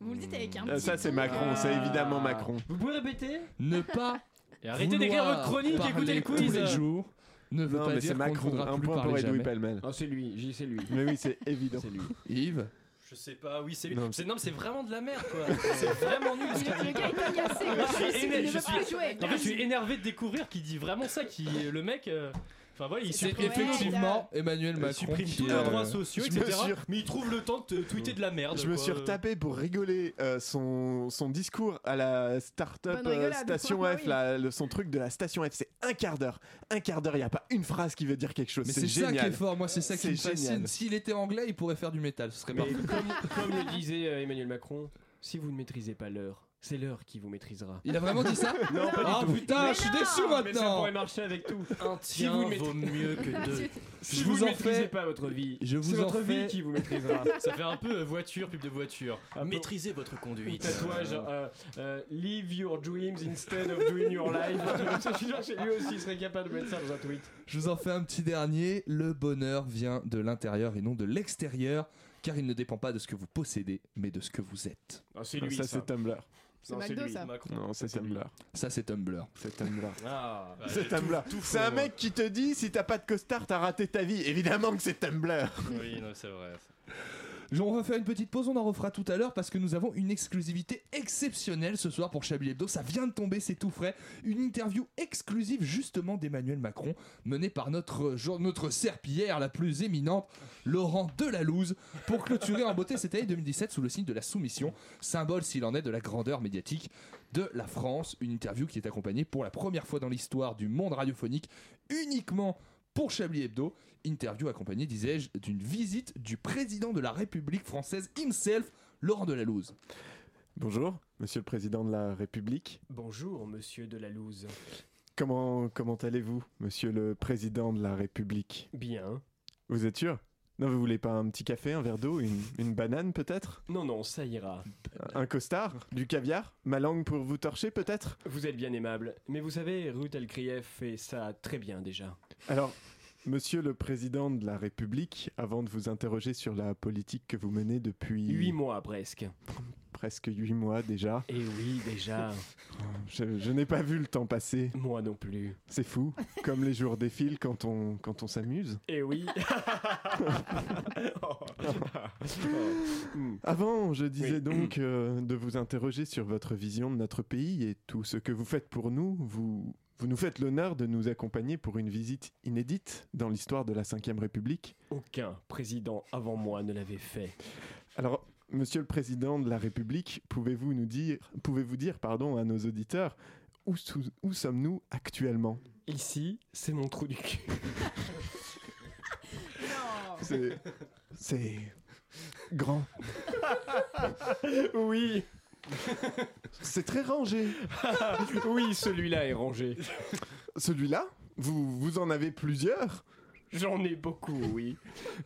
C: Vous le dites avec un
D: Euh,
C: petit
D: Ça, c'est
C: ton,
D: Macron.
C: euh,
D: C'est évidemment Macron.
K: Vous pouvez répéter
E: Ne pas
A: Et arrêtez d'écrire
E: vouloir
A: votre chronique,
E: parler
A: écoutez le
E: Tous les
A: quiz.
E: jours ne veut
D: Non,
E: pas
D: mais c'est
E: dire qu'on ne
D: Macron.
E: voudra
D: Un
E: plus
D: point pour
E: parler
D: Edoui
E: jamais.
D: Pellemel.
K: Non, c'est lui, j'ai dit c'est lui.
D: Mais oui, c'est évident.
K: C'est lui.
E: Yves,
A: Je sais pas, oui, c'est lui.
D: Non.
A: C'est- Non, mais c'est vraiment de la merde, quoi. C'est vraiment nul. ce qu'il
C: Le
A: dit.
C: le gars est agacé. quoi.
A: Je suis
C: Il
A: énervé,
C: ne
A: je
C: veut
A: suis-
C: plus jouer.
A: En fait, je suis énervé de découvrir qu'il dit vraiment ça, qui le mec. euh, Enfin voilà, il
E: c'est
A: supprime
C: surpris.
E: effectivement Emmanuel
A: Il
E: Macron
A: supprime
E: qui
A: tous
E: euh,
A: leurs droits sociaux,
D: je me
A: etc.
D: suis-
A: Mais il trouve le temps de te tweeter de la merde.
D: Je me
A: quoi.
D: suis retapé pour rigoler euh, son, son discours à la start-up
C: Bonne rigolade,
D: euh, Station
C: quoi.
D: F,
C: Oui.
D: la- le- son truc de la Station F, c'est un quart d'heure. Un quart d'heure, il n'y a pas une phrase qui veut dire quelque chose.
E: Mais
D: C'est
E: c'est ça qui est
D: génial.
E: fort, moi c'est ça qui
D: C'est
E: me fascine.
D: génial.
E: S'il était anglais, il pourrait faire du métal, ce serait
K: Mais
E: parfait.
K: comme, comme le disait euh, Emmanuel Macron, si vous ne maîtrisez pas l'heure, c'est l'heure qui vous maîtrisera.
E: Il a vraiment dit ça
D: Non, pas
E: Ah
D: du tout.
E: putain, je suis déçu
K: Mais ça
E: maintenant
K: pourrait marcher avec tout.
A: Un
K: Si
A: tien
K: vous le
A: vaut mieux que deux.
K: Si
E: Je
K: vous,
E: vous
K: ne
E: en
K: maîtrisez
E: fais-
K: pas votre vie,
E: Je vous
K: c'est
E: en
K: votre
E: fais-
K: vie qui vous maîtrisera.
A: Ça fait un peu euh, voiture, pub de voiture.
K: Un peu.
A: Maîtrisez votre
K: Ou
A: conduite.
K: tatouage, euh, euh, live your dreams instead of doing your life. Je suis sûr que chez lui aussi, il serait capable de mettre ça dans un tweet.
E: Je vous en fais un petit dernier. Le bonheur vient de l'intérieur et non de l'extérieur, car il ne dépend pas de ce que vous possédez, mais de ce que vous êtes.
K: Non, Ah, c'est
D: Non,
K: lui,
D: ça,
K: ça.
D: c'est Tumblr.
C: C'est
K: Non, c'est
C: McDo
K: lui.
C: ça.
A: Macron.
D: Non, c'est Tumblr.
E: Ça, c'est Tumblr.
D: C'est Tumblr.
K: Ah.
D: C'est Tumblr. C'est un mec qui te dit si t'as pas de costard, t'as raté ta vie. Évidemment que c'est Tumblr.
A: Oui, non, c'est vrai.
E: Je- On va faire une petite pause, on en refera tout à l'heure parce que nous avons une exclusivité exceptionnelle ce soir pour Chablis Hebdo. Ça vient de tomber, c'est tout frais. Une interview exclusive justement d'Emmanuel Macron, menée par notre, jour- notre serpillière la plus éminente, Laurent Delalouse, pour clôturer en beauté cette année 2017 sous le signe de la soumission, symbole s'il en est de la grandeur médiatique de la France. Une interview qui est accompagnée pour la première fois dans l'histoire du monde radiophonique uniquement pour Chablis Hebdo. Interview accompagnée, disais-je, d'une visite du président de la République française himself, Laurent Delalouse.
D: Bonjour, monsieur le président de la République.
K: Bonjour, monsieur de la loose.
D: Comment, comment allez-vous, monsieur le président de la République
K: Bien.
D: Vous êtes sûr Non, vous voulez pas un petit café, un verre d'eau, une, une banane peut-être
K: Non, non, ça ira.
D: Un costard Du caviar Ma langue pour vous torcher peut-être
K: Vous êtes bien aimable, mais vous savez, Ruth Elkrieff fait ça très bien déjà.
D: Alors, monsieur le président de la République, avant de vous interroger sur la politique que vous menez depuis.
K: Huit mois presque.
D: Presque huit mois déjà.
K: Et oui, déjà.
D: Je, je n'ai pas vu le temps passer.
K: Moi non plus.
D: C'est fou, comme les jours défilent quand on, quand on s'amuse.
K: Et Eh oui. Oh. Oh. Mm.
D: Avant, je disais
K: Oui.
D: donc euh, de vous interroger sur votre vision de notre pays et tout ce que vous faites pour nous. Vous, vous nous faites l'honneur de nous accompagner pour une visite inédite dans l'histoire de la Ve République.
K: Aucun président avant moi ne l'avait fait.
D: Alors, Monsieur le Président de la République, pouvez-vous nous dire, pouvez-vous dire, pardon, à nos auditeurs où, sou- où sommes-nous actuellement
K: Ici, c'est mon trou du cul.
D: C'est, c'est grand.
K: oui.
D: C'est très rangé.
K: oui, celui-là est rangé.
D: Celui-là, vous, vous en avez plusieurs.
K: J'en ai beaucoup, oui.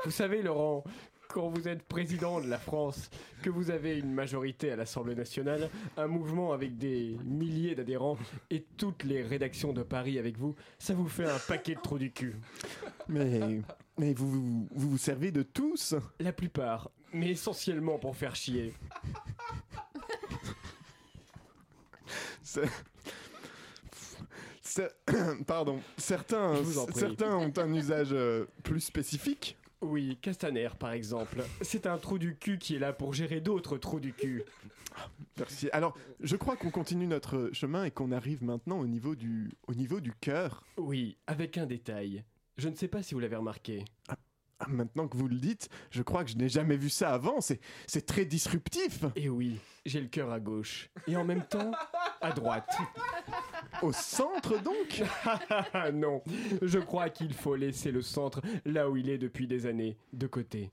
K: Vous savez, Laurent, quand vous êtes président de la France, que vous avez une majorité à l'Assemblée nationale, un mouvement avec des milliers d'adhérents et toutes les rédactions de Paris avec vous, ça vous fait un paquet de trous du cul.
D: Mais, mais vous, vous vous vous servez de tous.
K: La plupart, mais essentiellement pour faire chier.
D: C'est- C'est- Pardon. Certains,
K: Je vous en prie.
D: certains ont un usage euh, plus spécifique.
K: Oui, Castaner par exemple. C'est un trou du cul qui est là pour gérer d'autres trous du cul.
D: Merci. Alors, je crois qu'on continue notre chemin et qu'on arrive maintenant au niveau du, au niveau du cœur.
K: Oui, avec un détail. Je ne sais pas si vous l'avez remarqué.
D: Ah, maintenant que vous le dites, je crois que je n'ai jamais vu ça avant. C'est, c'est très disruptif.
K: Et oui, j'ai le cœur à gauche. Et en même temps, à droite.
D: Au centre donc.
K: Ah non, je crois qu'il faut laisser le centre là où il est depuis des années, de côté.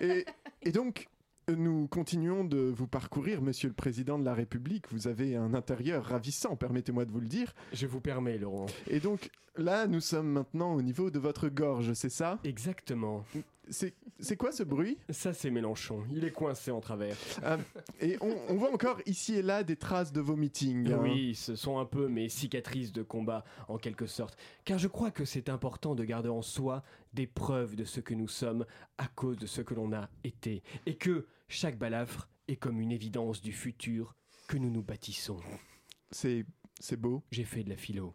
D: Et, et donc, euh, nous continuons de vous parcourir, Monsieur le Président de la République. Vous avez un intérieur ravissant, permettez-moi de vous le dire.
K: Je vous permets, Laurent.
D: Et donc, là, nous sommes maintenant au niveau de votre gorge, c'est ça
K: Exactement.
D: C'est c'est quoi ce bruit
K: Ça, c'est Mélenchon. Il est coincé en travers.
D: Ah, Et on, on voit encore ici et là des traces de vos meetings. hein.
K: Oui, ce sont un peu mes cicatrices de combat, en quelque sorte. Car je crois que c'est important de garder en soi des preuves de ce que nous sommes à cause de ce que l'on a été. Et que chaque balafre est comme une évidence du futur que nous nous bâtissons.
D: C'est c'est beau.
K: J'ai fait de la philo.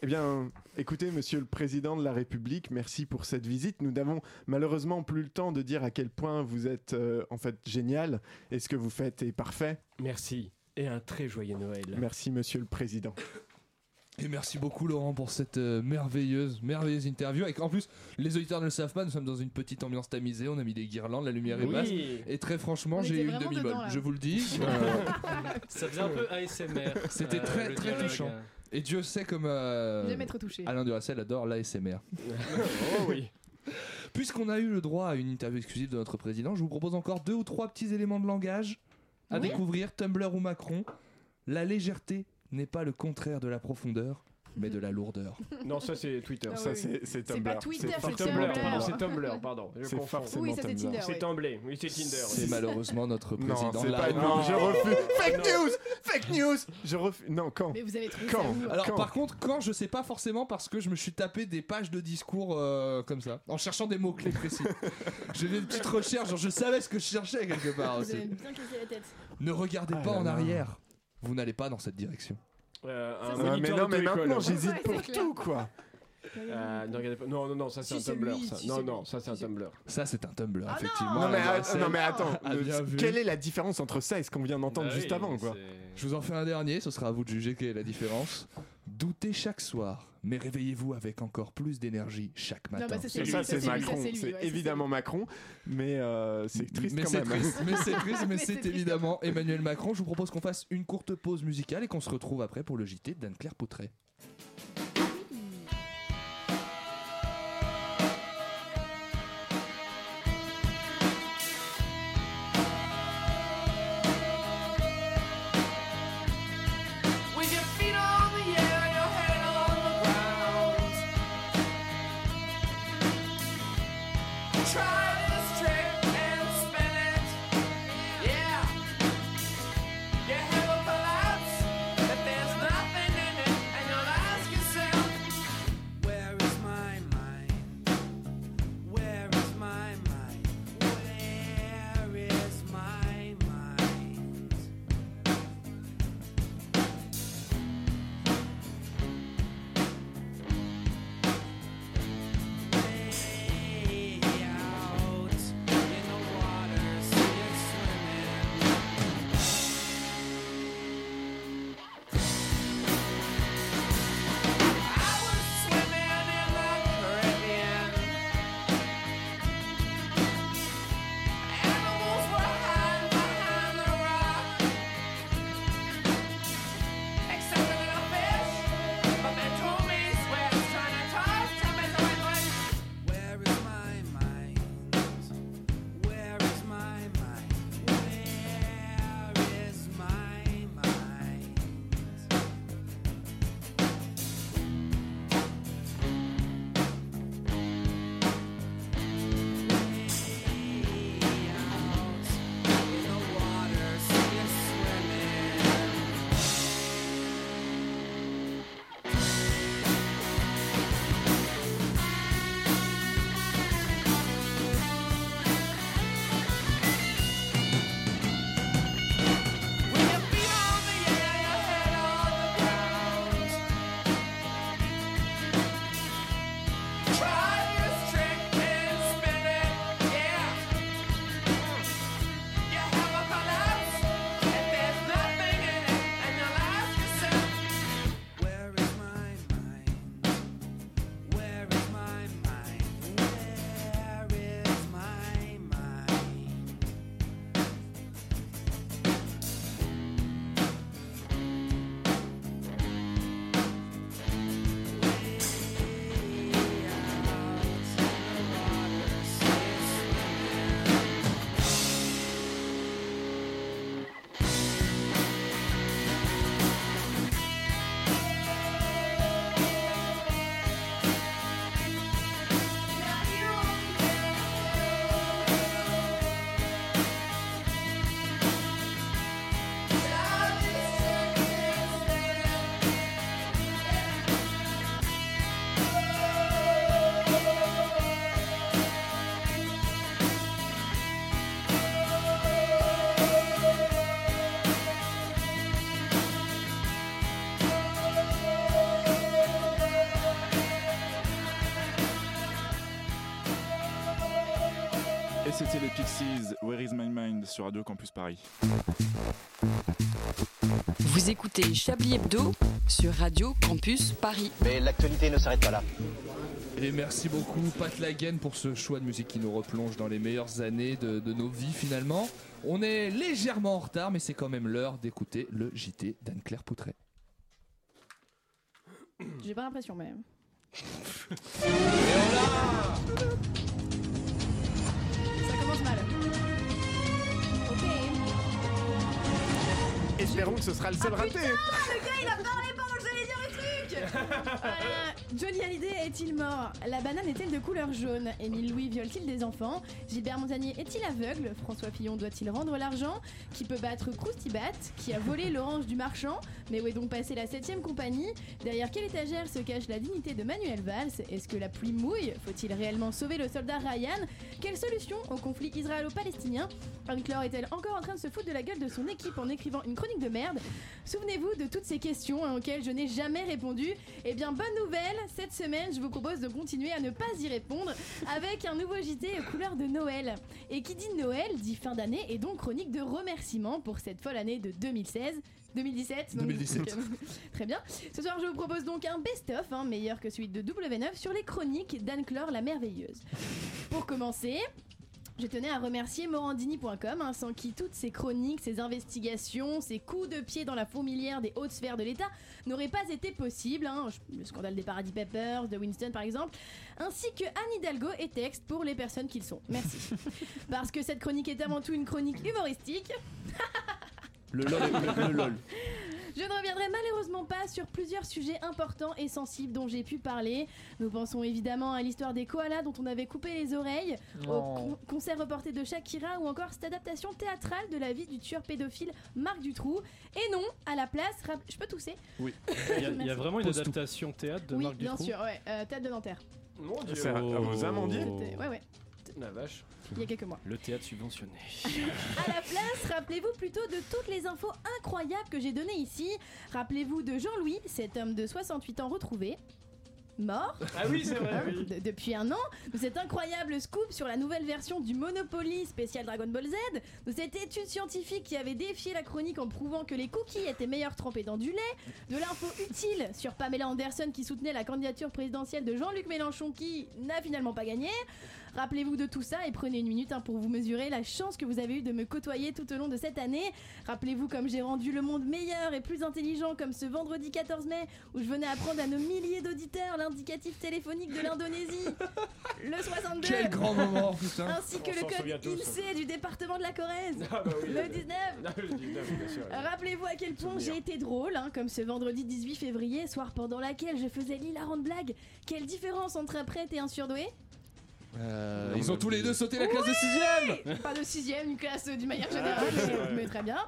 D: Eh bien, écoutez, Monsieur le Président de la République, merci pour cette visite. Nous n'avons malheureusement plus le temps de dire à quel point vous êtes euh, en fait génial et ce que vous faites est parfait.
K: Merci et un très joyeux Noël.
D: Merci, Monsieur le Président.
E: Et merci beaucoup Laurent pour cette euh, merveilleuse, merveilleuse interview. Et en plus, les auditeurs ne le savent pas, nous sommes dans une petite ambiance tamisée, on a mis des guirlandes, la lumière est basse.
K: Oui.
E: Et très franchement,
C: On
E: j'ai
C: était
E: eu une
C: vraiment
E: demi-molle,
C: dedans, là.
E: je vous le dis. Euh,
A: Ça faisait un peu ASMR.
E: C'était très,
A: euh, le
E: très
A: dialogue.
E: touchant. et Dieu sait comme euh,
C: J'aime être touché.
E: Alain Duracel adore l'ASMR.
K: Oh oui.
E: Puisqu'on a eu le droit à une interview exclusive de notre président, je vous propose encore deux ou trois petits éléments de langage à
C: Oui.
E: découvrir, Tumblr ou Macron. La légèreté n'est pas le contraire de la profondeur, mais de la lourdeur.
K: Non, ça c'est Twitter.
C: Ah
D: Ça,
C: oui.
D: c'est c'est
C: C'est
D: Tumblr.
C: pas Twitter,
D: C'est
C: c'est
D: fort-
C: Tumblr.
K: pardon,
C: Tumblr.
K: c'est Tumblr, pardon. Je
D: C'est
K: confonds.
D: forcément
C: Oui, ça, c'est
D: Tumblr.
C: Tinder.
K: C'est Tumblr, oui, c'est Tinder.
E: C'est
K: oui.
E: malheureusement notre président.
M: Oh,
D: Non, c'est
E: là.
D: pas une-
K: Non.
D: non, je refuse. Fake
K: Non.
D: news, fake news. Je refuse. Non, quand
C: Mais vous avez trouvé
D: Quand
C: ça où hein
E: Alors
D: Quand
E: par contre, quand je sais pas forcément parce que je me suis tapé des pages de discours euh, comme ça, en cherchant des mots clés précis. J'ai fait une petite recherche, genre je savais ce que je cherchais quelque part
B: Vous avez
E: aussi.
B: bien cassé la tête.
E: Ne regardez
D: Ah
E: pas
D: là
E: en
D: là.
E: arrière. Vous n'allez pas dans cette direction.
C: Ça,
K: Euh, un
C: c'est-
D: Ah, mais
K: moniteur
D: non, mais
K: d'auto-école.
D: maintenant
C: Ouais,
D: j'hésite
C: c'est
D: pour
C: clair.
D: tout quoi.
K: Euh, ne regardez pas- Non, non, non, ça c'est
C: Si, c'est
K: un Tumblr.
C: lui,
K: ça.
C: si,
K: non,
C: c'est
K: non,
C: lui.
K: ça c'est un
C: Si, c'est-
K: Tumblr.
E: Ça c'est un Tumblr
C: Ah non
E: effectivement.
D: non, mais,
E: Alors,
D: ah,
E: c'est-
D: non, mais attends,
E: Ah,
D: le-
E: bien vu.
D: quelle est la différence entre ça et ce qu'on vient d'entendre
K: Ah
A: Bah
D: juste
A: oui,
D: avant quoi
A: c'est-
E: Je vous en fais un dernier, ce sera à vous de juger quelle est la différence. Doutez chaque soir, mais réveillez-vous avec encore plus d'énergie chaque
C: Non,
E: matin.
C: bah, ça, c'est lui,
D: ça, c'est
C: lui, ça,
D: Macron,
C: c'est lui, ouais,
D: c'est
C: ça, c'est
D: évidemment Macron, mais euh, c'est triste
E: mais
D: quand
E: c'est
D: même.
E: triste, mais c'est triste, mais
C: Mais c'est
E: c'est
C: triste.
E: évidemment Emmanuel Macron. Je vous propose qu'on fasse une courte pause musicale et qu'on se retrouve après pour le JT d'Anne-Claire Poutré.
H: With your feet on the air, your head on
M: C'était les Pixies, Where is my mind sur Radio Campus Paris.
J: Vous écoutez Chablis Hebdo sur Radio Campus Paris.
G: Mais l'actualité ne s'arrête pas là.
E: Et merci beaucoup Pat Lagen pour ce choix de musique qui nous replonge dans les meilleures années de, de nos vies finalement. On est légèrement en retard mais c'est quand même l'heure d'écouter le JT d'Anne-Claire Poutret.
C: J'ai pas l'impression, mais. Ça commence mal.
D: Espérons que ce sera le seul raté.
C: Ah, Le gars, il a parlé pendant que j'allais dire le truc Euh, Johnny Hallyday est-il mort La banane est-elle de couleur jaune Émile Louis viole-t-il des enfants Gilbert Montagnier est-il aveugle François Fillon doit-il rendre l'argent Qui peut battre Croustibat Qui a volé l'orange du marchand Mais où est donc passée la septième compagnie Derrière quelle étagère se cache la dignité de Manuel Valls Est-ce que la pluie mouille Faut-il réellement sauver le soldat Ryan Quelle solution au conflit israélo-palestinien Anne-Claire est-elle encore en train de se foutre de la gueule de son équipe en écrivant une chronique de merde Souvenez-vous de toutes ces questions hein, auxquelles je n'ai jamais répondu. Eh bien, bonne nouvelle, cette semaine, je vous propose de continuer à ne pas y répondre avec un nouveau JT couleur de Noël. Et qui dit Noël dit fin d'année et donc chronique de remerciements pour cette folle année de 2016. 2017, donc-
H: 2017.
C: Très bien. Ce soir, je vous propose donc un best-of, hein, meilleur que celui de W9, sur les chroniques d'Anne-Claire la Merveilleuse. Pour commencer, je tenais à remercier morandini.com, hein, sans qui toutes ces chroniques, ces investigations, ces coups de pied dans la fourmilière des hautes sphères de l'État n'auraient pas été possibles. hein. Je- Le scandale des Paradis Papers, de Winston par exemple, ainsi que Anne Hidalgo et texte pour les personnes qu'ils sont. Merci. Parce que cette chronique est avant tout une chronique humoristique.
E: Le lol, le, le lol.
C: Je ne reviendrai malheureusement pas sur plusieurs sujets importants et sensibles dont j'ai pu parler. Nous pensons évidemment à l'histoire des koalas dont on avait coupé les oreilles, au
H: Oh.
C: con- concert reporté de Shakira ou encore cette adaptation théâtrale de la vie du tueur pédophile Marc Dutroux. Et non, à la place, rap- je peux tousser
A: Oui. Il y a, il y a vraiment une
E: Pose tout.
A: adaptation théâtre de
C: Oui,
A: Marc
C: bien
A: Dutroux.
C: sûr, ouais, euh, tête de Nanterre.
K: Mon dieu.
A: C'est à- à vos amandiers
C: C'était- Ouais, ouais,
K: La vache.
C: il y a quelques mois.
A: Le théâtre subventionné.
C: À la place, rappelez-vous plutôt de toutes les infos incroyables que j'ai données ici. Rappelez-vous de Jean-Louis, cet homme de 68 ans retrouvé. Mort
K: Ah oui, c'est vrai,
C: Hein,
K: oui.
C: de- depuis un an, de cet incroyable scoop sur la nouvelle version du Monopoly spécial Dragon Ball Z, de cette étude scientifique qui avait défié la chronique en prouvant que les cookies étaient meilleurs trempés dans du lait, de l'info utile sur Pamela Anderson qui soutenait la candidature présidentielle de Jean-Luc Mélenchon qui n'a finalement pas gagné. Rappelez-vous de tout ça et prenez une minute hein, pour vous mesurer la chance que vous avez eue de me côtoyer tout au long de cette année. Rappelez-vous comme j'ai rendu le monde meilleur et plus intelligent comme ce vendredi 14 mai où je venais apprendre à nos milliers d'auditeurs l'indicatif téléphonique de l'Indonésie. Le 62.
E: Quel grand moment, putain.
C: Ainsi que
E: On
C: le
E: s'en souvient
C: code
E: tous.
C: INSEE du département de la Corrèze.
K: Ah bah oui.
C: le 19.
K: Ah, je dis neuf, bien sûr.
C: Rappelez-vous à quel point j'ai été drôle, hein, comme ce vendredi 18 février, soir pendant laquelle je faisais l'hilarante blague. Quelle différence entre un prêtre et un surdoué
E: Euh, ils ont tous les deux sauté la classe de
C: Oui
E: 6ème
C: Pas de sixième, une classe euh, d'une manière générale,
E: Ouais,
C: mais,
E: Ah, ouais.
C: mais très bien.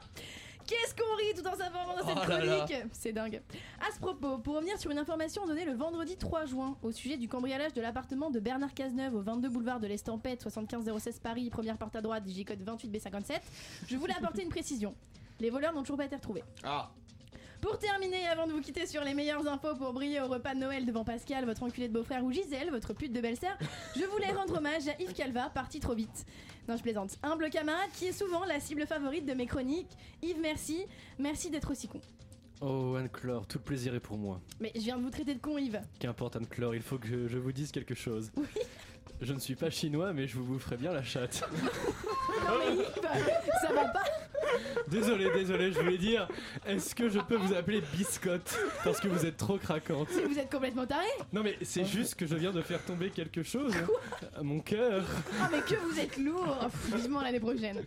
C: Qu'est-ce qu'on rit tout en s'informant dans cette
E: Oh là là.
C: chronique C'est dingue. À ce propos, pour revenir sur une information donnée le vendredi 3 juin au sujet du cambriolage de l'appartement de Bernard Cazeneuve au 22 boulevard de l'Estampette, 75016 Paris, première porte à droite, digicode 28B57, je voulais apporter une précision. Les voleurs n'ont toujours pas été retrouvés.
E: Ah
C: Pour terminer, avant de vous quitter sur les meilleures infos pour briller au repas de Noël devant Pascal, votre enculé de beau-frère ou Gisèle, votre pute de belle-sœur, je voulais rendre hommage à Yves Calva, parti trop vite. Non, je plaisante. Humble camarade qui est souvent la cible favorite de mes chroniques. Yves, merci. Merci d'être aussi con.
A: Oh, Anne-Claire, tout le plaisir est pour moi.
C: Mais je viens de vous traiter de con, Yves.
A: Qu'importe, Anne-Claire, il faut que je, je vous dise quelque chose. Je ne suis pas chinois, mais je vous boufferai bien la chatte.
C: Non, mais Yves, ça va pas.
A: Désolé, désolé, je voulais dire, est-ce que je peux vous appeler biscotte Parce que vous êtes trop craquante.
C: Mais Vous êtes complètement taré.
A: Non mais c'est juste que je viens de faire tomber quelque chose. à Mon cœur.
C: Ah, mais que vous êtes lourd. Pff, Vivement l'année prochaine.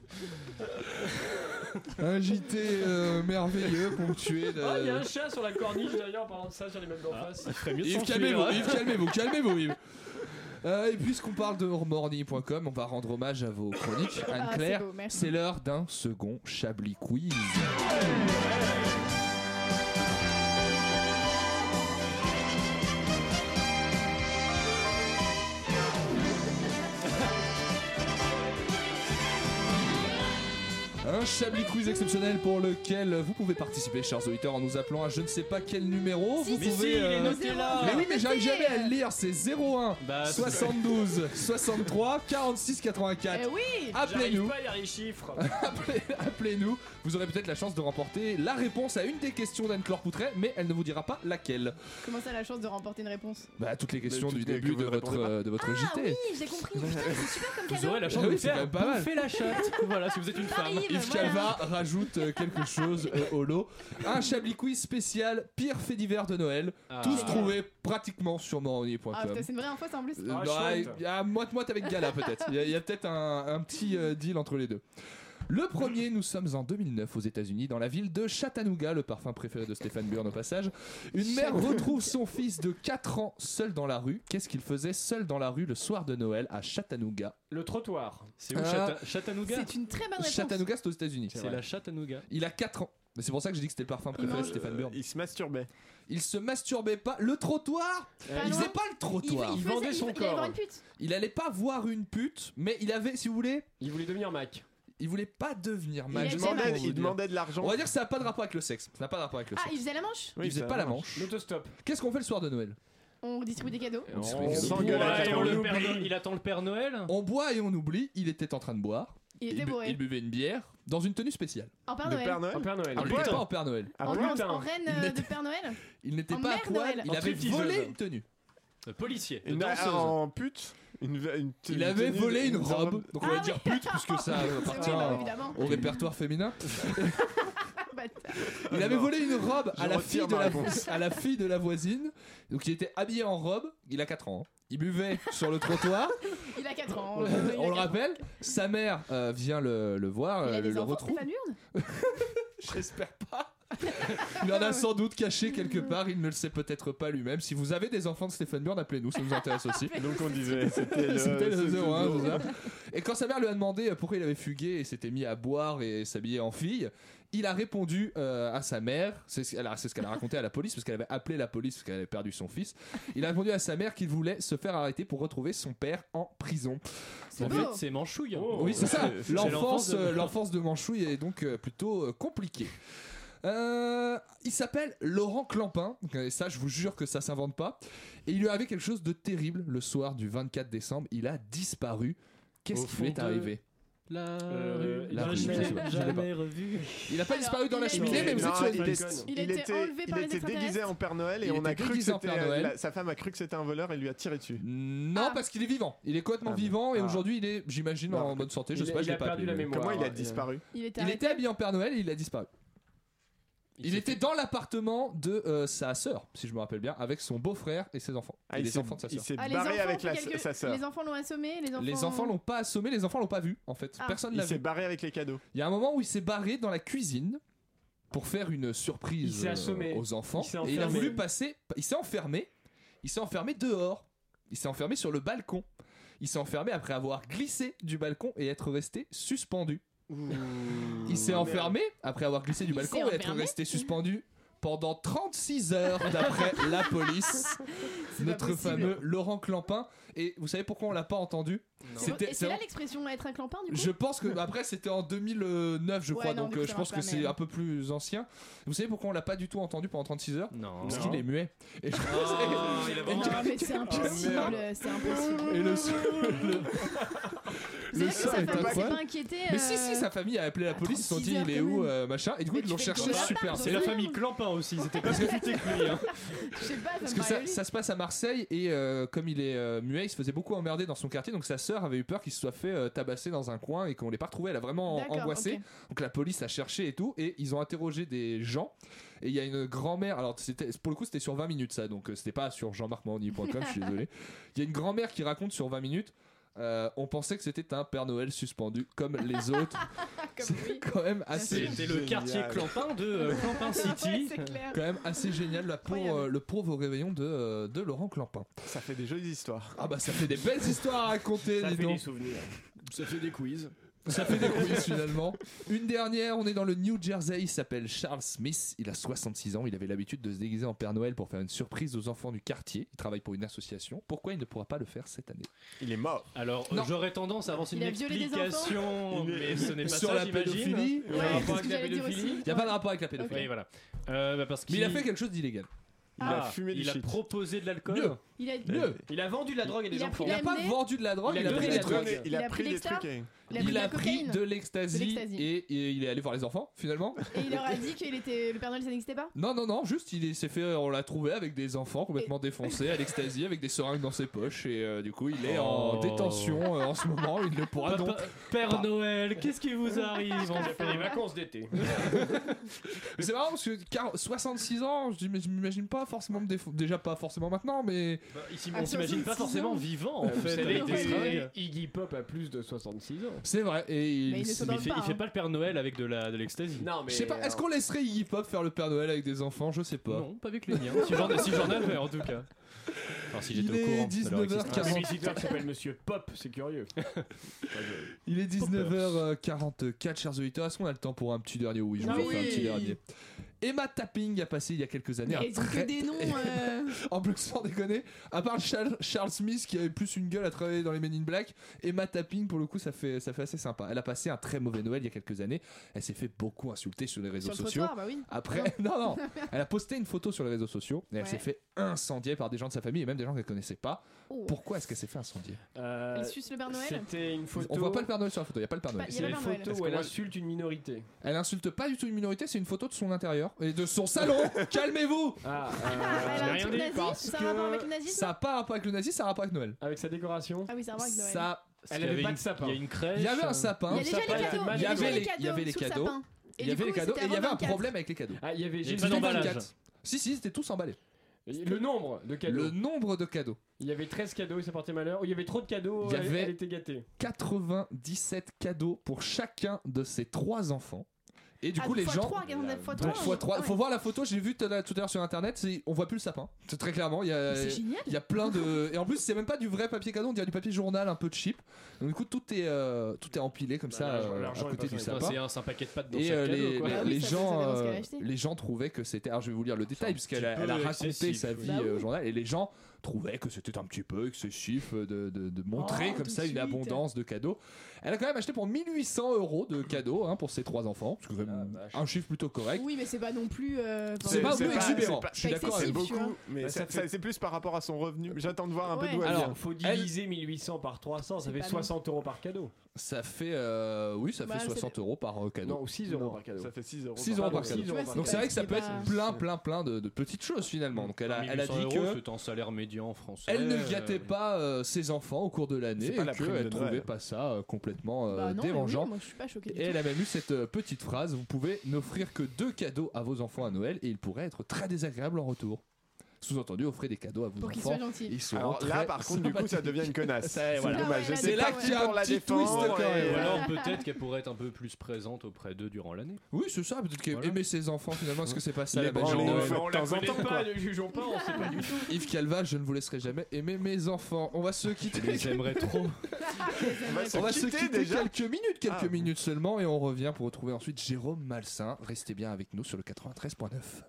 E: Un JT euh, merveilleux ponctué de...
K: Oh, il y a un chat sur la corniche d'ailleurs, en parlant de ça, j'en ai même d'en face.
E: Yves,
K: hein.
E: calmez-vous, Yves, calmez-vous, calmez-vous, Yves. Euh, et puisqu'on parle de morning.com, on va rendre hommage à vos chroniques.
K: Ah,
E: Anne-Claire,
K: c'est beau, merci.
E: c'est l'heure d'un second Chablis Quiz. Un un Chablis Quiz exceptionnel pour lequel vous pouvez participer, chers auditeurs, en nous appelant à je ne sais pas quel numéro.
A: Si,
E: vous
A: si,
E: pouvez, euh,
A: il est noté là.
E: Mais oui, mais
A: Notez.
E: j'arrive jamais à le lire. C'est 01
A: Bah, c'est-
E: 72 63 46 84.
A: Eh oui J'arrive
E: Appelez-nous.
A: pas à lire les chiffres.
E: Appelez-nous. Vous aurez peut-être la chance de remporter la réponse à une des questions d'Anne-Claire Poutret, mais elle ne vous dira pas laquelle.
C: Comment ça, la chance de remporter une réponse
E: Bah, toutes les questions
D: toutes
E: du
D: les-
E: début
D: que vous
E: de
D: ne
E: votre,
D: répondez pas.
E: euh, de votre JT.
C: Oui, j'ai compris. Putain, c'est super comme
E: Vous
C: cadeau.
E: aurez la chance
A: Ah
E: de
A: oui, c'est
E: faire
A: quand même pas
E: bouffer
A: mal.
E: la chatte.
A: voilà, si vous êtes une femme.
E: Yves Calva rajoute euh, quelque chose euh, au lot. Un Chablis Quiz spécial, pire fait divers de Noël. Tous trouvés pratiquement sur moronier.com.
C: Ah, putain, c'est une vraie info, ça en plus.
E: Euh, bah, il y a moite-moite avec Gala peut-être. Il y a- il y a, peut-être un, un petit euh, deal entre les deux. Le premier, nous sommes en 2009 aux États-Unis, dans la ville de Chattanooga, le parfum préféré de Stéphane Burn au passage. Une mère retrouve son fils de 4 ans seul dans la rue. Qu'est-ce qu'il faisait seul dans la rue le soir de Noël à Chattanooga
K: Le trottoir.
E: C'est
A: où, Chatta-
E: Chattanooga
C: Ah, C'est une très bonne réponse.
E: Chattanooga, c'est aux États-Unis.
A: C'est
E: vrai.
A: la Chattanooga.
E: Il a 4 ans. Mais c'est pour ça que j'ai dit que c'était le parfum préféré de
D: mange-
E: Stéphane Burn.
D: Il se masturbait.
E: Il se masturbait pas. Le trottoir
D: Pas
E: Il
D: loin.
E: faisait pas le trottoir.
C: Il- il Il faisait- vendait il- son il allait corps. voir une pute.
E: Il allait pas voir une pute, mais il avait, si vous voulez.
K: Il voulait devenir Mac.
E: Il voulait pas devenir Mac.
D: Il
E: je sais pas
D: demandait-
E: comment
D: il
E: vous dire.
D: demandait de l'argent.
E: On va dire que ça n'a pas de rapport avec le sexe. Ça n'a pas de rapport avec le
C: Ah,
E: sexe.
C: il faisait la manche
E: il faisait pas la manche.
K: L'autostop.
E: Qu'est-ce qu'on fait le soir de Noël
C: On distribue des cadeaux.
E: On
A: On
E: s'engueule
A: s'engueule
E: à
A: avec
E: quatre
A: le
E: roues.
A: Père Noël. Il attend le Père Noël
E: On boit et on oublie. Il était en train de boire.
C: Il était
E: bu-
C: bourré.
E: il buvait une bière dans une tenue spéciale.
C: En Père De Noël. Père Noël
K: En Père Noël.
E: Alors,
K: En
E: il n'était
K: putain.
E: pas en Père Noël.
K: Ah,
C: En, en,
K: putain.
C: en reine
E: Il
C: euh,
E: n'était-
C: de Père Noël
E: Il n'était
C: en
E: pas à
C: Mère
E: poil.
C: Noël.
E: Il
C: En
E: avait
C: stripteaseuse.
E: volé une tenue.
A: Le policier.
D: Une ben, en pute une, une-
E: Il
D: une
E: avait
D: tenue-
E: volé une
D: une
E: robe. Donc on va
D: Ah
E: dire
D: oui.
E: pute puisque ça
D: C'est vrai,
E: appartient
D: bah, évidemment.
E: au répertoire féminin.
C: Bâtard.
E: Il avait
D: Non.
E: volé une robe à
D: Je
E: la,
D: retire
E: fille de
D: ma
E: la
D: réponse.
E: à la fille de la voisine. Donc il était habillé en robe. Il a 4 ans. hein. Il buvait sur le trottoir.
C: Il a 4 ans.
E: on le rappelle. Sa mère euh, vient le, le voir,
C: Il
E: euh,
C: a
E: le,
C: des
E: le
C: enfants,
E: retrouve.
C: Stéphane Hurne
E: J'espère pas. Il en a sans doute caché quelque part. Il ne le sait peut-être pas lui-même. Si vous avez des enfants de Stéphane Burn, appelez-nous. Ça nous intéresse aussi.
D: Donc on disait, c'était le,
E: C'était le
D: c'était
E: 01,
D: le-
E: c'est ça. Et quand sa mère lui a demandé euh, pourquoi il avait fugué et s'était mis à boire et s'habiller en fille, il a répondu euh, à sa mère, c'est ce, elle a- c'est ce qu'elle a raconté à la police, parce qu'elle avait appelé la police parce qu'elle avait perdu son fils. Il a répondu à sa mère qu'il voulait se faire arrêter pour retrouver son père en prison.
A: En fait, c'est Manchouille.
E: hein. Oui, c'est ça.
A: C'est
E: L'enfance
A: de-
E: euh, l'enfance de Manchouille est donc euh, plutôt euh, compliquée. Euh, il s'appelle Laurent Clampin, et ça je vous jure que ça s'invente pas. Et il lui avait quelque chose de terrible le soir du 24 décembre, il a disparu. Qu'est-ce
A: Au
E: qui
A: fond
E: lui est
A: de-
E: arrivé
A: La
E: Euh,
A: rue.
E: la rue,
A: cheminée.
E: je l'ai pas.
A: Jamais revu.
E: Il a pas
C: Alors,
E: disparu dans la
C: il a
E: cheminée,
C: été-
E: mais vous êtes
D: Non,
E: sur une
D: il, est-
E: balcone.
D: il
C: Il était
D: était,
C: enlevé
D: il
C: par les
D: était
C: extraterrestres.
D: déguisé en Père Noël et
E: Il
D: on a
E: était
D: cru que
E: déguisé en
D: c'était
E: Père Noël.
D: la- sa femme a cru que c'était un voleur et lui a tiré dessus.
K: Ah.
D: Ah
E: Non, parce qu'il est vivant. Il est complètement vivant et aujourd'hui il est, j'imagine, en bonne santé.
K: Il
E: Je sais
K: a-
E: pas,
K: il
E: je l'ai
K: a
E: pas
K: perdu
E: appelé,
K: la
E: mais-
K: mémoire. Ah,
D: Comment il a disparu
C: Il était
E: Il
C: arrêté.
E: était habillé en Père Noël et il a disparu. Il était dans l'appartement de euh, sa sœur, si je me rappelle bien, avec son beau-frère et ses enfants.
D: Ah,
E: et
D: il
E: les
D: s'est-
E: enfants de sa
D: il
E: sœur.
D: s'est
C: Ah, les
D: barré
C: enfants
D: avec
C: font
D: la-
C: quelque-
D: sa sœur.
C: Les enfants l'ont assommé. Les enfants,
E: Les enfants l'ont pas assommé, les enfants l'ont pas vu en fait.
C: Ah.
E: Personne
D: Il
E: l'a
D: s'est
E: vu.
D: barré avec les cadeaux.
E: Il y a un moment où il s'est barré dans la cuisine pour faire une
K: Il
E: surprise
K: s'est assommé.
E: euh, aux enfants
K: Il s'est
E: et il a
K: enfermé.
E: voulu passer. Il s'est enfermé. Il s'est enfermé dehors. Il s'est enfermé sur le balcon. Il s'est enfermé après avoir glissé du balcon et être resté suspendu. Il
K: Ah,
E: s'est enfermé après avoir glissé du balcon et être
C: enfermé
E: resté suspendu pendant 36 heures d'après la police.
C: pas
E: Notre
C: possible.
E: fameux Laurent Clampin. Et vous savez pourquoi on l'a pas entendu
C: C'est bon-
E: C'était-
C: Et c'est là l'expression être un clampin du coup
E: je pense que après c'était en 2009 je
C: Ouais,
E: crois
C: non,
E: donc
C: du coup,
E: euh,
C: ça
E: je pense
C: va
E: que
C: pas,
E: c'est
C: mais-
E: un peu plus ancien. Vous savez pourquoi on l'a pas du tout entendu pendant 36 heures
A: Non.
E: Parce qu'il est muet. Et
A: il a
E: je-
C: Non,
A: vraiment- Ah,
C: mais c'est impossible,
E: Oh,
C: c'est impossible.
E: Et le son, le-
C: Vous avez vu,
E: le
C: sa
E: son
C: femme
E: est
C: s'est
E: incroyable.
C: pas inquiétée.
E: Mais si
C: euh,
E: si sa famille a appelé la police, ils se sont dit
C: 36
E: il est
C: heures quand
E: où
C: même.
E: euh, machin et du coup
C: Mais
E: ils
C: tu
E: l'ont
C: fais
E: cherché
C: comment
E: super.
A: C'est la famille Clampin aussi. Ils étaient pas futés que lui. hein.
C: Je sais pas,
E: Parce
C: ça
E: que
C: me
E: ça,
C: paraît
E: ça se passe à Marseille et euh, comme il est euh, muet, il se faisait beaucoup emmerder dans son quartier. Donc sa sœur avait eu peur qu'il se soit fait euh, tabasser dans un coin et qu'on l'ait pas retrouvé. Elle a vraiment
C: D'accord,
E: angoissé.
C: ok.
E: Donc la police a cherché et tout. Et ils ont interrogé des gens. Et il y a une grand-mère. Alors c'était pour le coup c'était sur 20 minutes ça. Donc euh, c'était pas sur jeanmarcmorny.com. je suis désolé. Il y a une grand-mère qui raconte sur 20 minutes. euh, on pensait que c'était un Père Noël suspendu comme les autres. c'est quand même assez.
A: C'était le
E: génial.
A: quartier Clampin de euh, Clampin City.
E: Quand même assez génial la pour euh, le pauvre au réveillon de, euh, de Laurent Clampin.
D: Ça fait des jolies histoires.
E: Ah bah ça fait des belles histoires à raconter,
K: Ça
E: dis
K: fait
E: donc.
K: des souvenirs.
A: Ça fait des quiz.
E: Ça fait des quiz finalement. Une dernière, on est dans le New Jersey, il s'appelle Charles Smith, il a 66 ans, il avait l'habitude de se déguiser en Père Noël pour faire une surprise aux enfants du quartier, il travaille pour une association. Pourquoi il ne pourra pas le faire cette année
D: Il est mort.
A: Alors
E: Non.
A: j'aurais tendance à avancer
E: Il
A: une
E: a violé des
A: explication,
E: enfants. Il est-
A: mais ce n'est pas
E: Sur
A: ça,
E: la
A: j'imagine.
E: pédophilie
A: Il y a un
E: Ouais,
A: rapport
E: c'est ce
A: avec
E: que
A: la
E: j'allais dire
A: pédophilie.
E: aussi. Il y a pas de rapport avec la pédophilie.
A: Oui, voilà. Euh, bah, parce
E: Mais il a
A: qu'il-
E: fait quelque chose d'illégal.
A: Il a fumé du Il a shit. proposé de l'alcool.
E: Mieux.
C: Euh, Il a-
E: Mieux.
K: Il a vendu de la drogue à des
C: il a pris-
K: enfants.
C: il a
E: Il n'a pas
C: amené-
E: vendu de la drogue,
K: Il a
E: il a
K: donné
E: pris
K: la
E: des trucs.
K: drogue.
C: Il a pris des trucs, hein. Il a pris
E: Il
C: de
E: a
C: la
E: pris
C: cocaïne.
E: de
C: De
E: l'ecstasy
C: l'ecstasy.
E: et et il est allé voir les enfants finalement.
C: Et il leur a dit que le Père Noël ça n'existait pas
E: Non, non, non, juste il s'est fait, on l'a trouvé avec des enfants complètement défoncés, à l'extasie, avec des seringues dans ses poches, et euh, du coup il est
A: Oh.
E: en détention euh, en ce moment, il ne pourra
A: Papa-
E: donc.
A: Père Noël, qu'est-ce qui vous
K: Il
A: arrive
K: a fait
A: enfin
K: des vacances d'été.
E: Mais c'est marrant parce que 40 66 ans, je m'im- je m'imagine pas forcément, me défon- déjà pas forcément maintenant, mais.
A: Bah, ici,
K: Ah,
C: Ah,
A: on s'imagine pas forcément vivant en
K: Vous
A: fait.
K: savez
A: avec des
K: que
A: seringues.
K: Iggy Pop a plus de 66 ans.
E: C'est vrai, et il.
K: Mais il ne se
A: Mais
K: donne
A: il fait,
K: pas,
A: il fait
K: hein.
A: pas le Père Noël avec de la de l'ecstasy.
K: Non, mais. euh,
E: Je sais pas, est-ce qu'on laisserait Iggy Pop faire le Père Noël avec des enfants Je sais pas.
A: Non, pas avec les miens. si j'en si j'en avais en tout cas. Alors si
E: Il
A: j'étais au
E: est
A: courant. Ah, de leur
E: 19h40.
A: existence.
K: Un visiteur qui s'appelle Monsieur Pop, c'est curieux.
E: Il est 19h44, chers auditeurs. Est-ce qu'on a le temps pour un petit dernier Oui, je vous en fais un
K: Oui.
E: petit dernier. Emma Tapping a passé il y a quelques années
K: Mais
E: un
K: ils ont que
E: très...
K: des noms, euh.
E: en plus, sans déconner, à part Charles, Charles Smith qui avait plus une gueule à travailler dans les Men in Black, Emma Tapping, pour le coup, ça fait, ça fait assez sympa. Elle a passé un très mauvais Noël il y a quelques années. Elle s'est fait beaucoup insulter sur les réseaux
K: le
E: sociaux.
K: trottoir, bah oui.
E: Après, non, non. Elle a posté une photo sur les réseaux sociaux et elle
K: Ouais.
E: s'est fait incendier par des gens de sa famille et même des gens qu'elle connaissait pas.
C: Oh.
E: Pourquoi est-ce qu'elle s'est fait incendier
K: Euh,
C: Elle suce le Père Noël
K: C'était une photo.
E: On voit pas le Père Noël sur la photo, il n'y a pas le Père Noël.
K: C'est une photo
E: Parce
K: où
E: que
K: elle
E: moi,
K: insulte une minorité.
E: Elle insulte pas du tout une minorité, c'est une photo de son intérieur et de son salon. Calmez-vous.
K: Ah,
C: bah, elle a un truc nazi
E: parce
C: Ça a un rapport avec le
E: que
C: nazisme
E: ça a pas un rapport avec le nazisme, ça a un rapport avec Noël.
K: Avec sa décoration.
C: Ah oui, ça a un rapport avec Noël.
E: Ça,
K: Elle avait pas de sapin.
A: Il y a une crèche.
E: Il y avait un sapin.
C: Il y a déjà les cadeaux,
E: Il y avait les, il y
C: cadeaux
E: avait les
C: sous le
E: cadeaux.
C: sapin. Et
E: Il y
C: du
E: avait les
C: coup,
E: cadeaux
C: c'était
E: et il y
C: avant
E: avait un
C: 24.
E: problème avec les cadeaux.
K: Ah, il y avait
E: J'ai
K: pas
E: dit
K: d'emballage.
E: 24. Si si, c'était tous emballés.
K: Le nombre de cadeaux.
E: Le nombre de cadeaux.
K: Il y avait 13 cadeaux et ça portait malheur. Ou il y avait trop de cadeaux.
E: Il y
K: elle-
E: avait-
K: Elle était gâtée.
E: 97 cadeaux pour chacun de ces trois enfants. Et du
C: Ah,
E: coup, les
C: fois
E: gens.
C: trois, quatre,
K: Euh,
C: fois trois,
E: Donc, fois
C: oui.
E: trois.
C: Ah ouais.
E: Faut voir la photo, j'ai vu tout à l'heure- tout à l'heure sur internet, c'est- on voit plus le sapin. C'est très clairement, il y a
C: Mais c'est génial.
E: il y a plein de et en plus c'est même pas du vrai papier cadeau, on dirait du papier journal un peu cheap. Donc du coup tout est euh, tout est empilé
K: Bah,
E: comme ça
A: l'argent-
E: euh,
A: l'argent
E: à
A: est
E: côté
A: pas
E: du
A: fait. Toi,
E: sapin.
A: c'est un- c'est un paquet de pâtes dans
E: et
A: chaque
E: euh,
A: cadeau,
E: les,
A: quoi.
E: les-
A: Ah oui,
E: les
A: ça, ça
E: gens
A: dépend ce qu'elle a
E: euh,
A: acheté.
E: les gens trouvaient que c'était alors je vais vous lire le détail parce qu'elle a,
A: peu
E: elle a raconté
A: excessif,
E: sa
A: oui.
E: vie
A: Bah
E: euh,
A: oui.
E: journal et les gens trouvaient que c'était un petit peu excessif euh, de, de- de montrer
A: Oh,
E: comme
A: tout
E: ça
A: de
E: une
A: suite.
E: abondance de cadeaux. Elle a quand même acheté pour 1800 euros de cadeaux hein, pour ses trois enfants, ce qui est quand
A: Ah,
E: même un chiffre plutôt correct.
C: Oui, mais c'est pas non plus. euh,
E: C'est pas
C: enfin,
E: non plus exubérant. Je suis
C: pas
E: d'accord avec
C: excessif,
E: vous.
C: tu vois.
D: beaucoup, mais
K: Bah,
D: ça-
K: ça fait-
D: ça- c'est plus par rapport à son revenu. J'attends de voir un peu
K: Ouais.
D: d'où elle
E: Alors,
D: vient.
K: Faut
E: Elle-
K: diviser 1800 par 300, ça
E: C'est
K: fait
E: pas
K: 60 euros par cadeau.
E: Ça fait euh, oui, ça
K: Bah,
E: fait
K: c'est-
E: 60 euros par euh, cadeau.
K: Non, ou 6 euros par cadeau.
D: Ça fait 6 euros.
E: 6 euros par
K: Pardon,
E: cadeau.
K: six euros par
E: Donc c'est
K: cadeau.
E: vrai que ça
K: C'est
E: peut
K: pas-
E: être plein, plein, plein de, de petites choses finalement. Donc elle a, elle a
A: 1800
E: dit
A: euros,
E: que
A: c'est un salaire médian français.
E: elle ne
A: euh,
E: gâtait pas euh, ses enfants au cours de l'année
A: C'est pas
E: et
A: la prime de
E: qu'elle
A: Noël.
E: trouvait pas ça euh, complètement euh,
C: Bah non, mais oui,
E: dérangeant.
C: moi, je suis pas choquée du
E: Et elle
C: tout.
E: a même eu cette euh, petite phrase vous pouvez n'offrir que deux cadeaux à vos enfants à Noël et ils pourraient être très désagréables en retour. Sous-entendu, offrez des cadeaux à vos
C: Pour qu'ils
E: enfants.
C: soient gentils.
E: Ils seront
D: Alors là,
E: très
D: par contre, du coup, ça
E: sympathiques.
D: devient une connasse.
E: Ça,
D: C'est
E: voilà.
D: dommage. Je sais
E: C'est là
D: pas
E: qu'il y a
D: pour
E: un
D: la
E: petit
D: défendre,
E: twist quand
D: ouais.
E: même.
A: Ou alors peut-être qu'elle pourrait être un peu plus présente auprès d'eux durant l'année.
E: Oui, c'est ça. Peut-être qu'aimer ses enfants, finalement, est-ce que c'est pas ça
A: Les
E: la magie de
A: branler
E: Noël
A: une fois de
K: On la connaît pas, ne jugeons pas, on sait pas du tout.
E: Yves Calva, je ne vous laisserai jamais aimer mes enfants. On va se quitter.
A: Je les aimerais trop.
E: On va se quitter
D: déjà
E: quelques minutes, quelques
D: Ah.
E: minutes seulement, et on revient pour retrouver ensuite Jérôme Malsain. Restez bien avec nous sur le 93.9.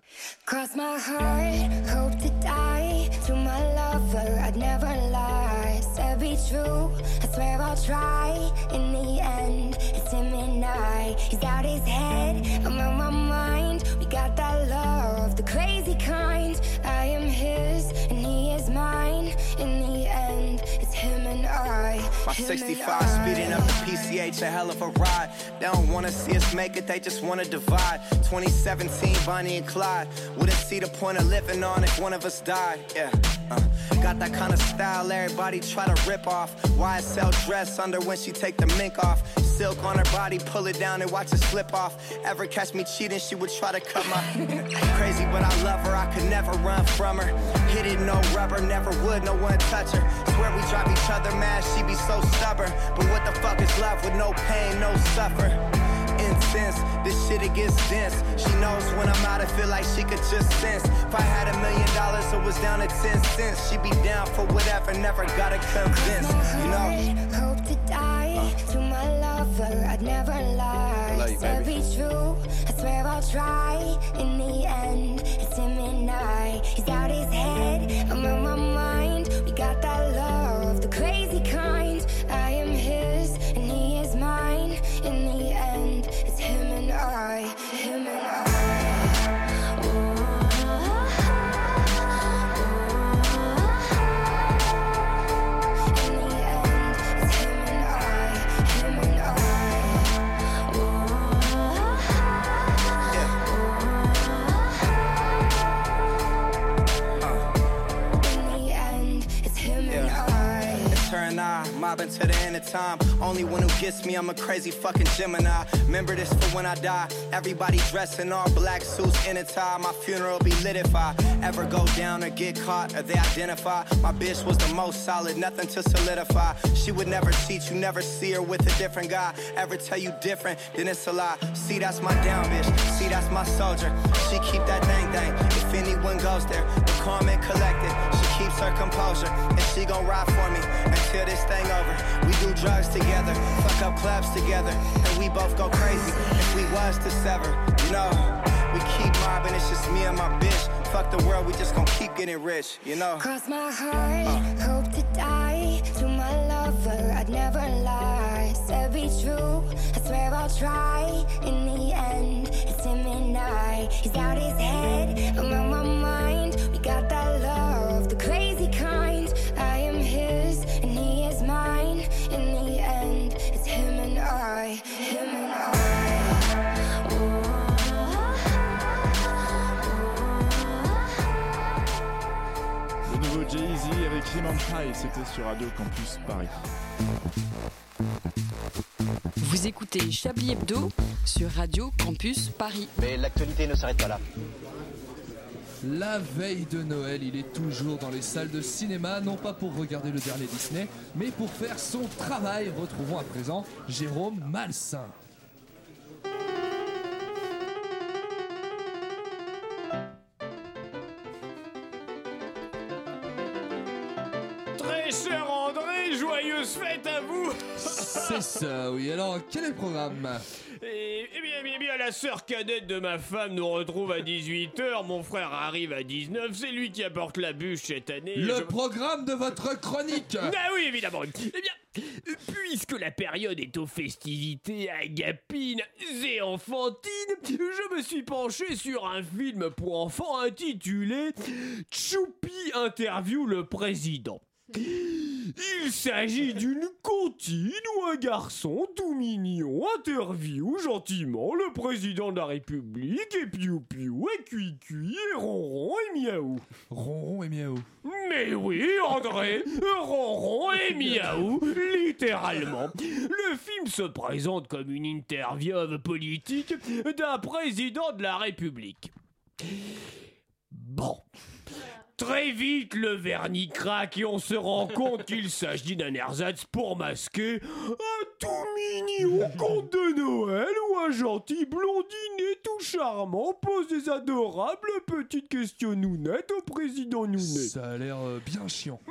N: Cross my heart, hope to die. To my lover, I'd never lie. Said be true, I swear I'll try. In the end, it's him and I. He's out his head, I'm out my mind. We got that love, the crazy kind. I am his, and he is mine. In the end, it's him and I.
G: My
N: him and
G: 65
N: I.
G: speeding up the PCH, a hell of a ride. They don't wanna see us make it, they just wanna divide. 2017, Bonnie and Clyde. Wouldn't see the point of living on if one of us died. Yeah. uh. Got that kind of style everybody try to rip off. YSL dress under when she take the mink off. Silk on her body, pull it down and watch it slip off. Ever catch me cheating, she would try to cut my. Crazy, but I love her, I could never run from her. Hit it, no rubber, never would, no one touch her. Swear we drive each other mad, she be so stubborn. But what the fuck is love with no pain, no suffer? incense. This shit it gets dense. She knows when I'm out, I feel like she could just sense. If I had a million dollars, it was down to ten cents. She'd be down for whatever, never gotta convince. You know.
N: Hope to die to my lover. I'd never lie.
G: Love you,
N: to
G: baby.
N: be true, I swear I'll try. In the end, it's him and I. He's out his head, I'm out my mind. We got that love, the crazy kind. I am his and he is mine. In the end, it's him and I. Him and I. In the end, it's him and I.
G: It's her and I, mobbing to the end of time. Only one who gets me, I'm a crazy fucking Gemini. Remember this for when I die. Everybody dressed in all black suits in a tie. My funeral be lit if I ever go down or get caught or they identify. My bitch was the most solid, nothing to solidify. She would never cheat, you never see her with a different guy. Ever tell you different, then it's a lie. See, that's my down bitch. See, that's my soldier. She keep that dang dang. If anyone goes there, the calm and collected. She keeps her composure and she gon' ride for me until this thing over. We do drugs together, fuck up clubs together, and we both go crazy. If we was to sever, you know, we keep mobbing. It's just me and my bitch. Fuck the world, we just gon' keep getting rich, you know.
N: Cross my heart, hope to die to my lover. I'd never lie. Said be true, I swear I'll try. In the end, it's him and I. He's out his head, I'm out my mind. We got that love, the crazy kind. I am his and he is mine. In the end, it's him and I. Him and I.
D: Le nouveau Jay-Z avec Him on High, c'était sur Radio Campus Paris.
F: Vous écoutez Chablis Hebdo sur Radio Campus Paris.
J: Mais l'actualité ne s'arrête pas là.
E: La veille de Noël, il est toujours dans les salles de cinéma, non pas pour regarder le dernier Disney, mais pour faire son travail. Retrouvons à présent Jérôme Malsain.
O: Très cher André, joyeuse fête à vous
E: C'est ça, oui. Alors, quel est le programme
O: Et, eh bien, eh bien, la sœur cadette de ma femme nous retrouve à 18h, mon frère arrive à 19h, c'est lui qui apporte la bûche cette année.
E: Le
O: Je-
E: programme de votre chronique
O: Ah oui, évidemment. Eh bien, puisque la période est aux festivités agapines et enfantines, je me suis penché sur un film pour enfants intitulé Choupi interview le président. Il s'agit d'une comptine où un garçon tout mignon interview gentiment le président de la République et piou piou et cuicui et ronron et miaou.
E: Ronron et miaou.
O: Mais oui, André, ronron et miaou, littéralement. Le film se présente comme une interview politique d'un président de la République. Bon. Très vite, le vernis craque et on se rend compte qu'il s'agit d'un ersatz pour masquer un tout mignon conte de Noël où un gentil blondinet tout charmant pose des adorables petites questions nounettes au président Nounet.
E: Ça a l'air euh, bien chiant.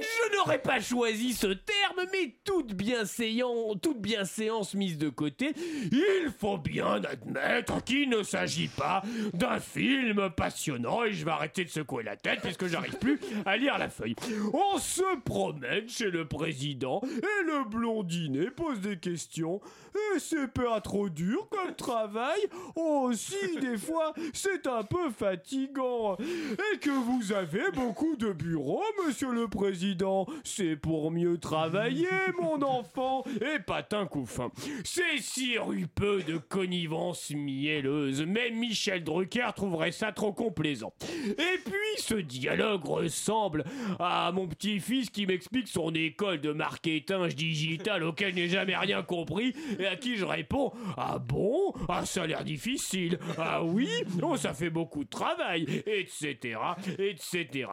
O: Je n'aurais pas choisi ce terme, mais toute bienséance, toute bienséance mise de côté, il faut bien admettre qu'il ne s'agit pas d'un film passionnant et je vais arrêter de secouer la tête puisque j'arrive plus à lire la feuille. On se promène chez le président et le blondinet pose des questions et c'est pas trop dur comme travail. Aussi, des fois, c'est un peu fatigant. Et que vous avez beaucoup de bureaux, monsieur le président. C'est pour mieux travailler, mon enfant. Et patin couffin. C'est si rupeux de connivence mielleuse. Même Michel Drucker trouverait ça trop complaisant. Et puis, ce dialogue ressemble à mon petit-fils qui m'explique son école de marketing digital auquel je n'ai jamais rien compris et à qui je réponds Ah bon Ah ça a l'air difficile Ah oui Oh ça fait beaucoup de travail Etc. Etc.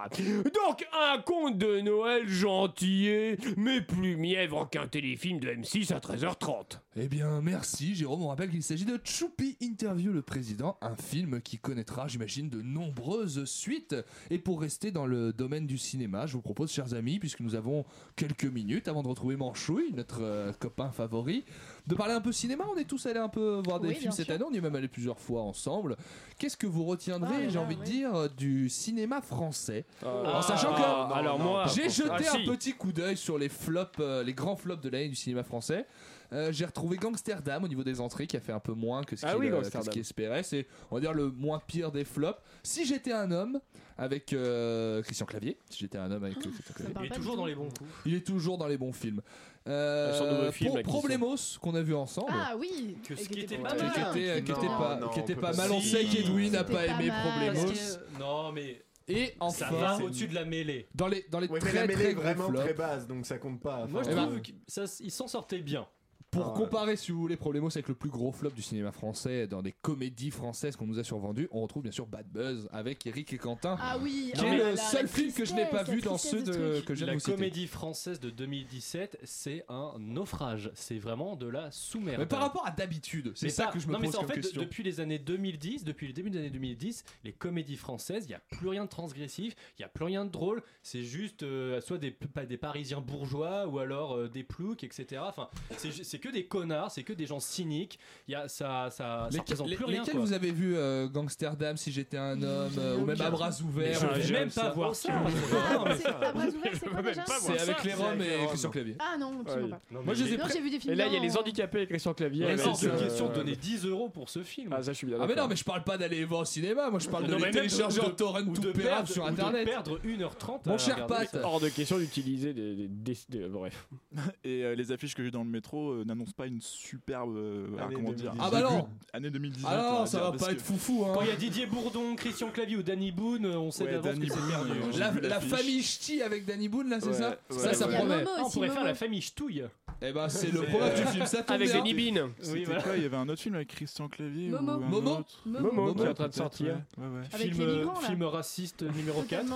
O: Donc un conte de Noël gentillet,
K: Ah,
O: mais plus mièvre qu'un téléfilm de M6 à 13h30.
E: Eh bien, merci Jérôme. On rappelle qu'il s'agit de Choupi Interview le Président, un film qui connaîtra, j'imagine, de nombreuses suites. Et pour rester dans le domaine du cinéma, je vous propose, chers amis, puisque nous avons quelques minutes avant de retrouver Manchouille, notre euh, copain favori, de parler un peu cinéma. On est tous allés un peu voir des
K: Oui,
E: films
K: bien
E: cette
K: sûr.
E: année, on y est même allés plusieurs fois ensemble. Qu'est-ce que vous retiendrez,
K: Ah,
E: j'ai envie de dire, euh, du cinéma français En
A: Euh,
O: Ah,
E: sachant que
O: non, alors moi,
E: j'ai jeté
O: ah,
E: un
O: si.
E: petit coup d'œil sur les flops, euh, les grands flops de l'année du cinéma français. Euh, j'ai retrouvé Gangsterdam au niveau des entrées qui a fait un peu moins que ce
K: Ah
E: qu'il
K: oui,
E: euh, que
K: Gangsterdam.
E: ce qu'il espérait. C'est, on va dire, le moins pire des flops. Si j'étais un homme avec euh, Christian Clavier, si j'étais un homme avec
C: Ah,
E: euh, Christian Clavier.
A: Il est toujours dans les bons coups.
E: Il est toujours dans les bons films. Euh,
A: Son nouveau film,
E: Pro-
A: là, qui
E: Problemos qu'on a vu ensemble.
C: Ah oui
A: Que ce
C: Et
A: qui était
E: Qui
A: pas mal.
E: était, qui était
A: Non,
E: pas,
A: non,
E: qui
A: on
E: était
A: peut
E: pas
A: pas.
E: mal. On
A: Si.
E: sait qu'Edwin n'a
A: C'était
E: pas
A: pas
E: aimé
A: mal.
E: Problemos.
A: Parce que- Non, mais.
E: Et
A: Ça
E: enfin-
A: va au-dessus de la mêlée.
E: Dans les, dans les
D: Ouais, mais
E: très,
D: la mêlée
E: très
D: est
E: gros
D: vraiment
E: flops.
D: très basse, donc ça compte pas.
A: Moi, je
E: Eh ben-
A: trouve que ça, ils s'en sortaient bien.
E: Pour
A: Ah,
E: comparer, si vous voulez, Problemos avec le plus gros flop du cinéma français, dans des comédies françaises qu'on nous a survendues, on retrouve bien sûr Bad Buzz avec Eric et Quentin.
C: Ah oui,
E: Qui
C: oh
E: est
C: là
E: le
C: là,
E: seul
C: la
E: film que je n'ai pas
C: tristesse,
E: vu
C: la
E: dans ceux
C: tristesse
E: de-
C: du truc.
E: que je viens de
A: la
E: vous citer.
A: comédie française de 2017, c'est un naufrage. C'est vraiment de la sous-merde.
E: Mais par rapport à d'habitude, c'est
A: Mais
E: ça
A: pas-
E: que je me
A: non, mais
E: pose
A: c'est- en
E: comme
A: fait, de-
E: question.
A: depuis les années 2010, depuis le début des années 2010, les comédies françaises, il n'y a plus rien de transgressif, il n'y a plus rien de drôle. C'est juste euh, soit des, pas des Parisiens bourgeois ou alors euh, des ploucs, etc. Enfin, c'est ju- c'est que des connards, c'est que des gens cyniques. Il y a ça, ça, ça
E: Lesquels-
A: représente
E: les-
A: plus rien.
E: lesquels
A: quoi.
E: vous avez vu euh, Gangsterdam, si j'étais un homme, euh, ou même à bras
A: Mais
E: ouverts euh,
A: je
E: ou
A: vais
E: des
A: même
E: choses
A: pas
E: comme
A: voir ça.
C: Ah, c'est à bras ouverts, c'est quoi déjà
E: C'est avec les Roms et Christian Clavier.
C: Ah non, tu
K: Ouais.
C: m'en parles. Moi,
K: Non, mais
C: je
K: les-
C: les ai Non, pris- j'ai vu des films
K: Et là, il y a
C: blancs.
K: les handicapés avec Christian Clavier.
E: Mais
K: avec,
E: hors de
K: euh,
E: question
A: de donner 10 euros pour ce film.
K: Ah, ça, je suis bien
E: Ah mais
K: d'accord.
E: non, mais je parle pas d'aller voir au cinéma, moi je parle
K: Non,
E: de
K: mais
E: les
K: même de-
E: télécharger en
K: de-
E: torrent
K: ou
E: tout
K: de
E: pérable
K: perdre-
E: sur
K: ou de
E: internet.
A: perdre 1h30
E: Mon cher Pat,
K: hors de question d'utiliser des, des- des- des- bref.
M: Et euh, les affiches que j'ai dans le métro euh, n'annoncent pas une superbe euh, alors,
K: Année
M: comment dire
K: 2018. Ah bah non.
M: début- année 2018.
E: Ah non,
M: on
E: ça
M: dire,
E: va
M: parce
E: pas
M: que-
E: être foufou, hein.
A: Quand il y a Didier Bourdon, Christian Clavier ou Danny Boone, on sait
M: Ouais,
A: d'avance
M: Danny
A: que c'est
M: Boone,
A: perdu.
M: euh,
E: La,
M: J'ai vu
E: la
M: l'affiche.
E: famille Ch'ti avec Danny Boone, là, c'est
M: Ouais,
E: ça
M: ouais.
E: Ça, ça
M: Il y a
E: promet.
M: Momo
A: Ah, on pourrait faire la famille Ch'touille.
E: Eh ben, c'est le programme du film, ça tombe
K: Avec
E: bien.
K: Danny Bean.
M: euh, C'était
K: Oui, voilà.
M: quoi Il y avait un autre film avec Christian Clavier
K: Momo.
M: ou un
K: Momo.
M: autre
K: Momo. Momo, qui est en train de
M: peut-être,
K: sortir.
M: ouais, ouais, ouais.
A: Film,
K: les
A: euh,
K: migrants, là.
A: film raciste numéro 4.
K: Non,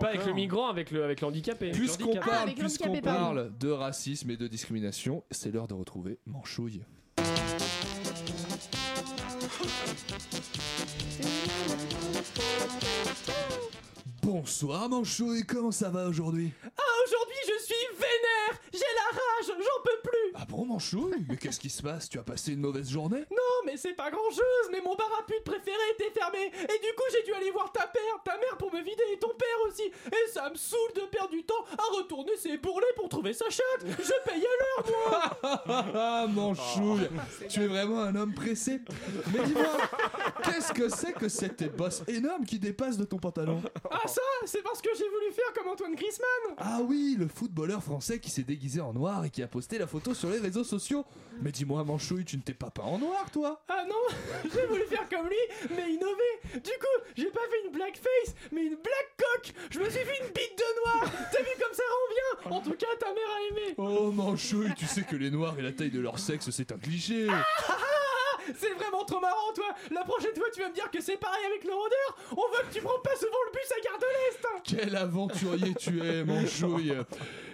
K: pas avec le migrant, avec le avec l'handicapé.
E: Puisqu'on
K: L'handicapé.
E: parle, puisqu'on parle de racisme et de discrimination, c'est l'heure de retrouver Manchouille. Bonsoir Manchouille, comment ça va aujourd'hui
H: Ah, aujourd'hui, je suis vénère J'ai la rage, j'en peux plus
E: Ah bon Manchouille Mais qu'est-ce qui se passe Tu as passé une mauvaise journée
H: Non, mais c'est pas grand-chose, mais mon bar à pute préféré était fermé, et du coup, j'ai dû aller voir ta mère, ta mère pour me vider, et ton père aussi Et ça me saoule de perdre du temps à retourner ses bourrelets pour trouver sa chatte Je paye à l'heure, moi
E: Ah Manchouille Tu es vraiment un homme pressé Mais dis-moi, qu'est-ce que c'est que cette bosse énorme qui dépasse de ton pantalon
H: Ah ça, c'est parce que j'ai voulu faire comme Antoine Griezmann
E: Ah oui, le footballeur français qui s'est déguisé en noir et qui a posté la photo sur les réseaux sociaux. Mais dis-moi, Manchouille, tu ne t'es pas peint en noir, toi
H: Ah non, j'ai voulu faire comme lui, mais innover. Du coup, j'ai pas fait une blackface, mais une black cock. Je me suis fait une bite de noir. T'as vu comme ça rend bien. En tout cas, ta mère a aimé.
E: Oh, Manchouille, tu sais que les noirs et la taille de leur sexe, c'est un cliché
H: Ah, ah, ah, C'est vraiment trop marrant, toi. La prochaine fois, tu vas me dire que c'est pareil avec le rôdeur. On veut que tu prends pas souvent le bus à Gare de l'Est. hein.
E: Quel aventurier tu es, Manchouille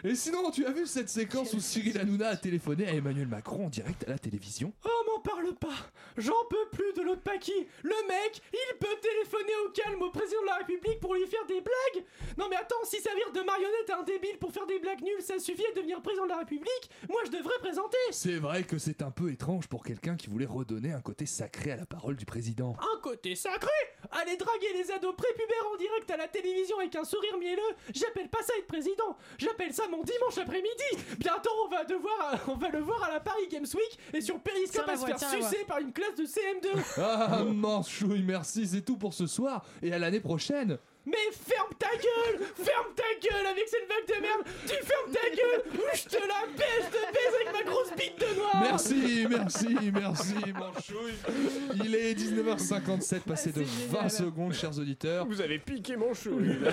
E: Et sinon, tu as vu cette séquence où Cyril Hanouna a téléphoné à Emmanuel Macron en direct à la télévision
H: Oh, m'en parle pas. J'en peux plus de l'autre paquis. Le mec, il peut téléphoner au calme au président de la République pour lui faire des blagues. Non, mais attends, si servir de marionnette à un débile pour faire des blagues nulles, ça suffit à devenir président de la République, moi je devrais présenter.
E: C'est vrai que c'est un peu étrange pour quelqu'un qui voulait redonner un côté sacré à la parole du président.
H: Un côté sacré Aller draguer les ados prépubères en direct à la télévision avec un sourire mielleux, j'appelle pas ça être président. J'appelle ça mon dimanche après-midi. Bientôt, on va devoir, euh, on va le voir à la Paris Games Week et sur
E: Tiens,
H: Periscope
E: la
H: à se
E: voix,
H: faire
E: tiens, la
H: sucer par une classe de CM2.
E: Ah, Manchouille, merci, c'est tout pour ce soir et à l'année prochaine
H: Mais ferme ta gueule Ferme ta gueule avec cette vague de merde Tu fermes ta gueule ou je te la baisse de baise avec ma grosse bite de noir
E: Merci, merci, merci, Manchouille. Il est 19h57, passé
C: Ah,
E: de 20 secondes, chers auditeurs.
K: Vous avez piqué mon chou. lui, là.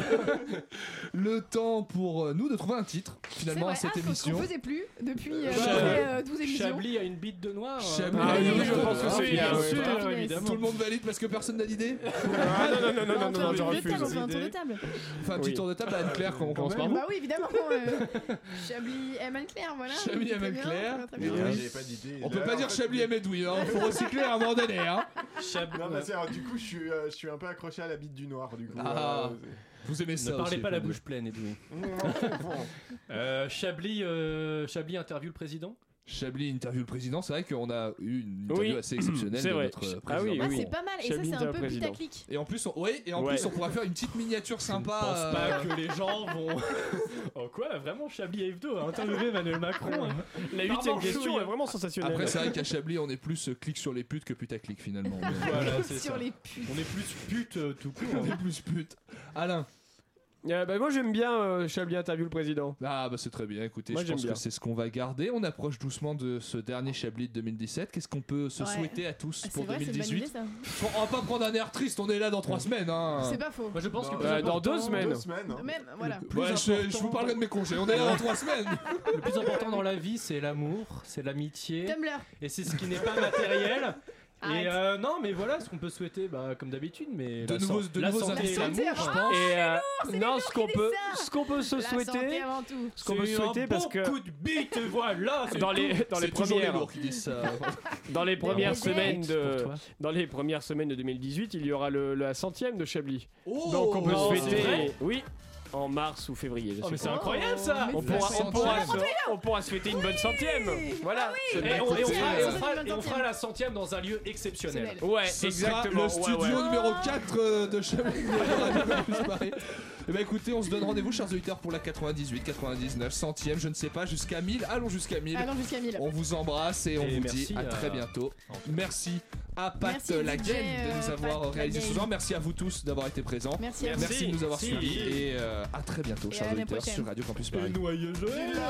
E: Le temps pour euh, nous de trouver un titre, finalement, à
C: C'est vrai.
E: cette
C: Ah, ce qu'on
E: émission.
C: faisait plus depuis euh,
E: Chablis.
C: après, euh, 12 émissions.
A: Chablis a une bite de
K: Oh.
A: noir.
E: Chablis.
A: Ah,
E: Allez,
A: oui, je
E: euh,
A: pense que
E: euh,
A: c'est bien
E: euh,
A: sûr,
E: euh,
A: évidemment.
E: Tout le monde valide parce que personne n'a d'idée
K: Ah, non, non, non, non, non, non, je refuse.
C: un tour de table.
E: Enfin, un petit tour de table à Anne-Claire quand on commence par vous.
C: Bah oui, évidemment. euh, Chablis M. Claire, voilà.
E: Chablis
C: Très
E: Amel
C: bien, Ah,
E: Claire.
C: très, très
E: Et
C: bien.
E: oui.
P: J'avais pas d'idée.
E: On peut
P: Là,
E: pas
P: en
E: dire
P: fait,
E: Chablis Amédouille, hein. Faut recycler à un moment donné, hein.
D: Non, bah, c'est- alors, du coup, je suis, euh, je suis un peu accroché à la bite du noir, du coup.
E: Ah.
D: euh,
E: Vous aimez ça
A: Ne parlez
E: aussi,
A: pas la
E: Fabien.
A: bouche pleine, Edoui.
D: bon.
A: Euh, Chablis, euh, Chablis interview le président
E: Chablis interview le président, c'est vrai qu'on a eu une interview
A: Oui,
E: assez exceptionnelle
A: c'est
E: de
A: vrai.
E: notre euh,
A: Ah oui,
E: président.
A: Ah, oui. c'est pas mal,
C: et ça, Chablis c'est un interview peu le président. putaclic.
E: Et en plus, on, ouais, et en
A: Ouais.
E: plus, on pourra faire une petite miniature sympa.
A: Je pense pas
E: euh,
A: que les gens vont. oh quoi, vraiment Chablis Hebdo a interviewé Emmanuel Macron. hein. La
E: Par
A: huitième
E: Manchouille.
A: question est vraiment sensationnelle.
E: Après, c'est vrai qu'à Chablis, on est plus euh, clic sur les putes que putaclic finalement. Mais-
A: Voilà, c'est
K: Sur
A: ça.
K: les
A: On est plus pute euh, tout court.
E: On est plus pute. Alain.
K: bah, moi j'aime bien euh, Chablis interview le président.
E: Ah bah c'est très bien, écoutez,
K: Moi,
E: je
K: j'aime
E: pense
K: bien.
E: que c'est ce qu'on va garder. On approche doucement de ce dernier Chablis de 2017. Qu'est-ce qu'on peut se
C: Ouais.
E: souhaiter à tous
C: Ah, c'est
E: pour
C: vrai, c'est une bonne
E: 2018
C: idée, ça.
E: Bon, On va pas prendre un air triste, on est là dans trois semaines. Hein.
C: C'est pas faux.
A: Moi, je pense
E: que
K: plus Bah, dans important- deux semaines. deux
C: Même, voilà.
A: plus
E: Ouais, je,
A: important-
E: je vous parlerai de mes congés, on est là dans trois semaines.
A: Le plus important dans la vie, c'est l'amour, c'est l'amitié.
C: Tumblr.
A: Et c'est ce qui n'est pas matériel.
C: Arrête.
A: Et euh, non, mais voilà ce qu'on peut souhaiter, bah, comme d'habitude. Mais
E: De
A: la
E: nouveaux-
A: san-
E: de
A: la
E: nouveaux
A: santé et
E: intérêts.
A: l'amour, je
E: Ah,
A: pense.
E: Et, euh,
K: non, ce qu'on peut, ce qu'on peut se
C: La santé
K: souhaiter,
C: avant tout.
K: ce qu'on peut
A: C'est
K: souhaiter
A: un
K: parce
A: bon
K: que
A: coup de bite, voilà. c'est
K: dans
A: tout.
K: les dans les
E: C'est toujours les
K: premières
E: lourds qui disent ça.
K: dans les premières
E: Des
K: semaines
E: bêtes. Pour
K: de
E: toi.
K: dans les premières semaines de 2018 il y aura le, la centième de Chablis
E: Oh
A: Bah,
K: donc on peut
E: Non,
K: souhaiter
E: c'est vrai
K: oui en mars ou février je
A: Oh,
K: sais
A: mais
K: pas.
A: c'est incroyable, ça.
K: on
A: Mais
K: pourra,
A: c'est
K: on, pourra
A: incroyable.
K: se- on pourra souhaiter une bonne
A: Ah
K: centième voilà
A: Et on,
K: C'est
A: et on
K: bien.
A: fera, et on fera-
K: Ouais,
A: et on fera la centième dans un lieu exceptionnel.
K: ouais
E: Ce sera
K: exactement
E: le
K: ouais,
E: studio
K: ouais.
E: numéro 4 euh, de Chablis. Et bah écoutez, on se donne rendez-vous, chers auditeurs, pour la 98, 99, centième, je ne sais pas, jusqu'à 1000. Allons jusqu'à 1000.
C: Allons jusqu'à 1000.
E: On vous embrasse et on
A: Et
E: vous
A: merci
E: dit à
K: euh,
A: à-
E: très bientôt. Merci à Pat
A: Merci,
E: la
A: DJ,
E: Game de nous
A: euh,
E: avoir
A: Pat
E: réalisé
A: Laguenne.
E: ce soir. Merci à vous tous d'avoir été présents.
A: Merci à vous.
E: de nous avoir
A: Merci.
E: suivis et euh, à très bientôt,
A: Et à
E: chers
A: la
E: auditeurs,
A: prochaine.
E: sur Radio Campus Paris.
A: Noyeux Joël.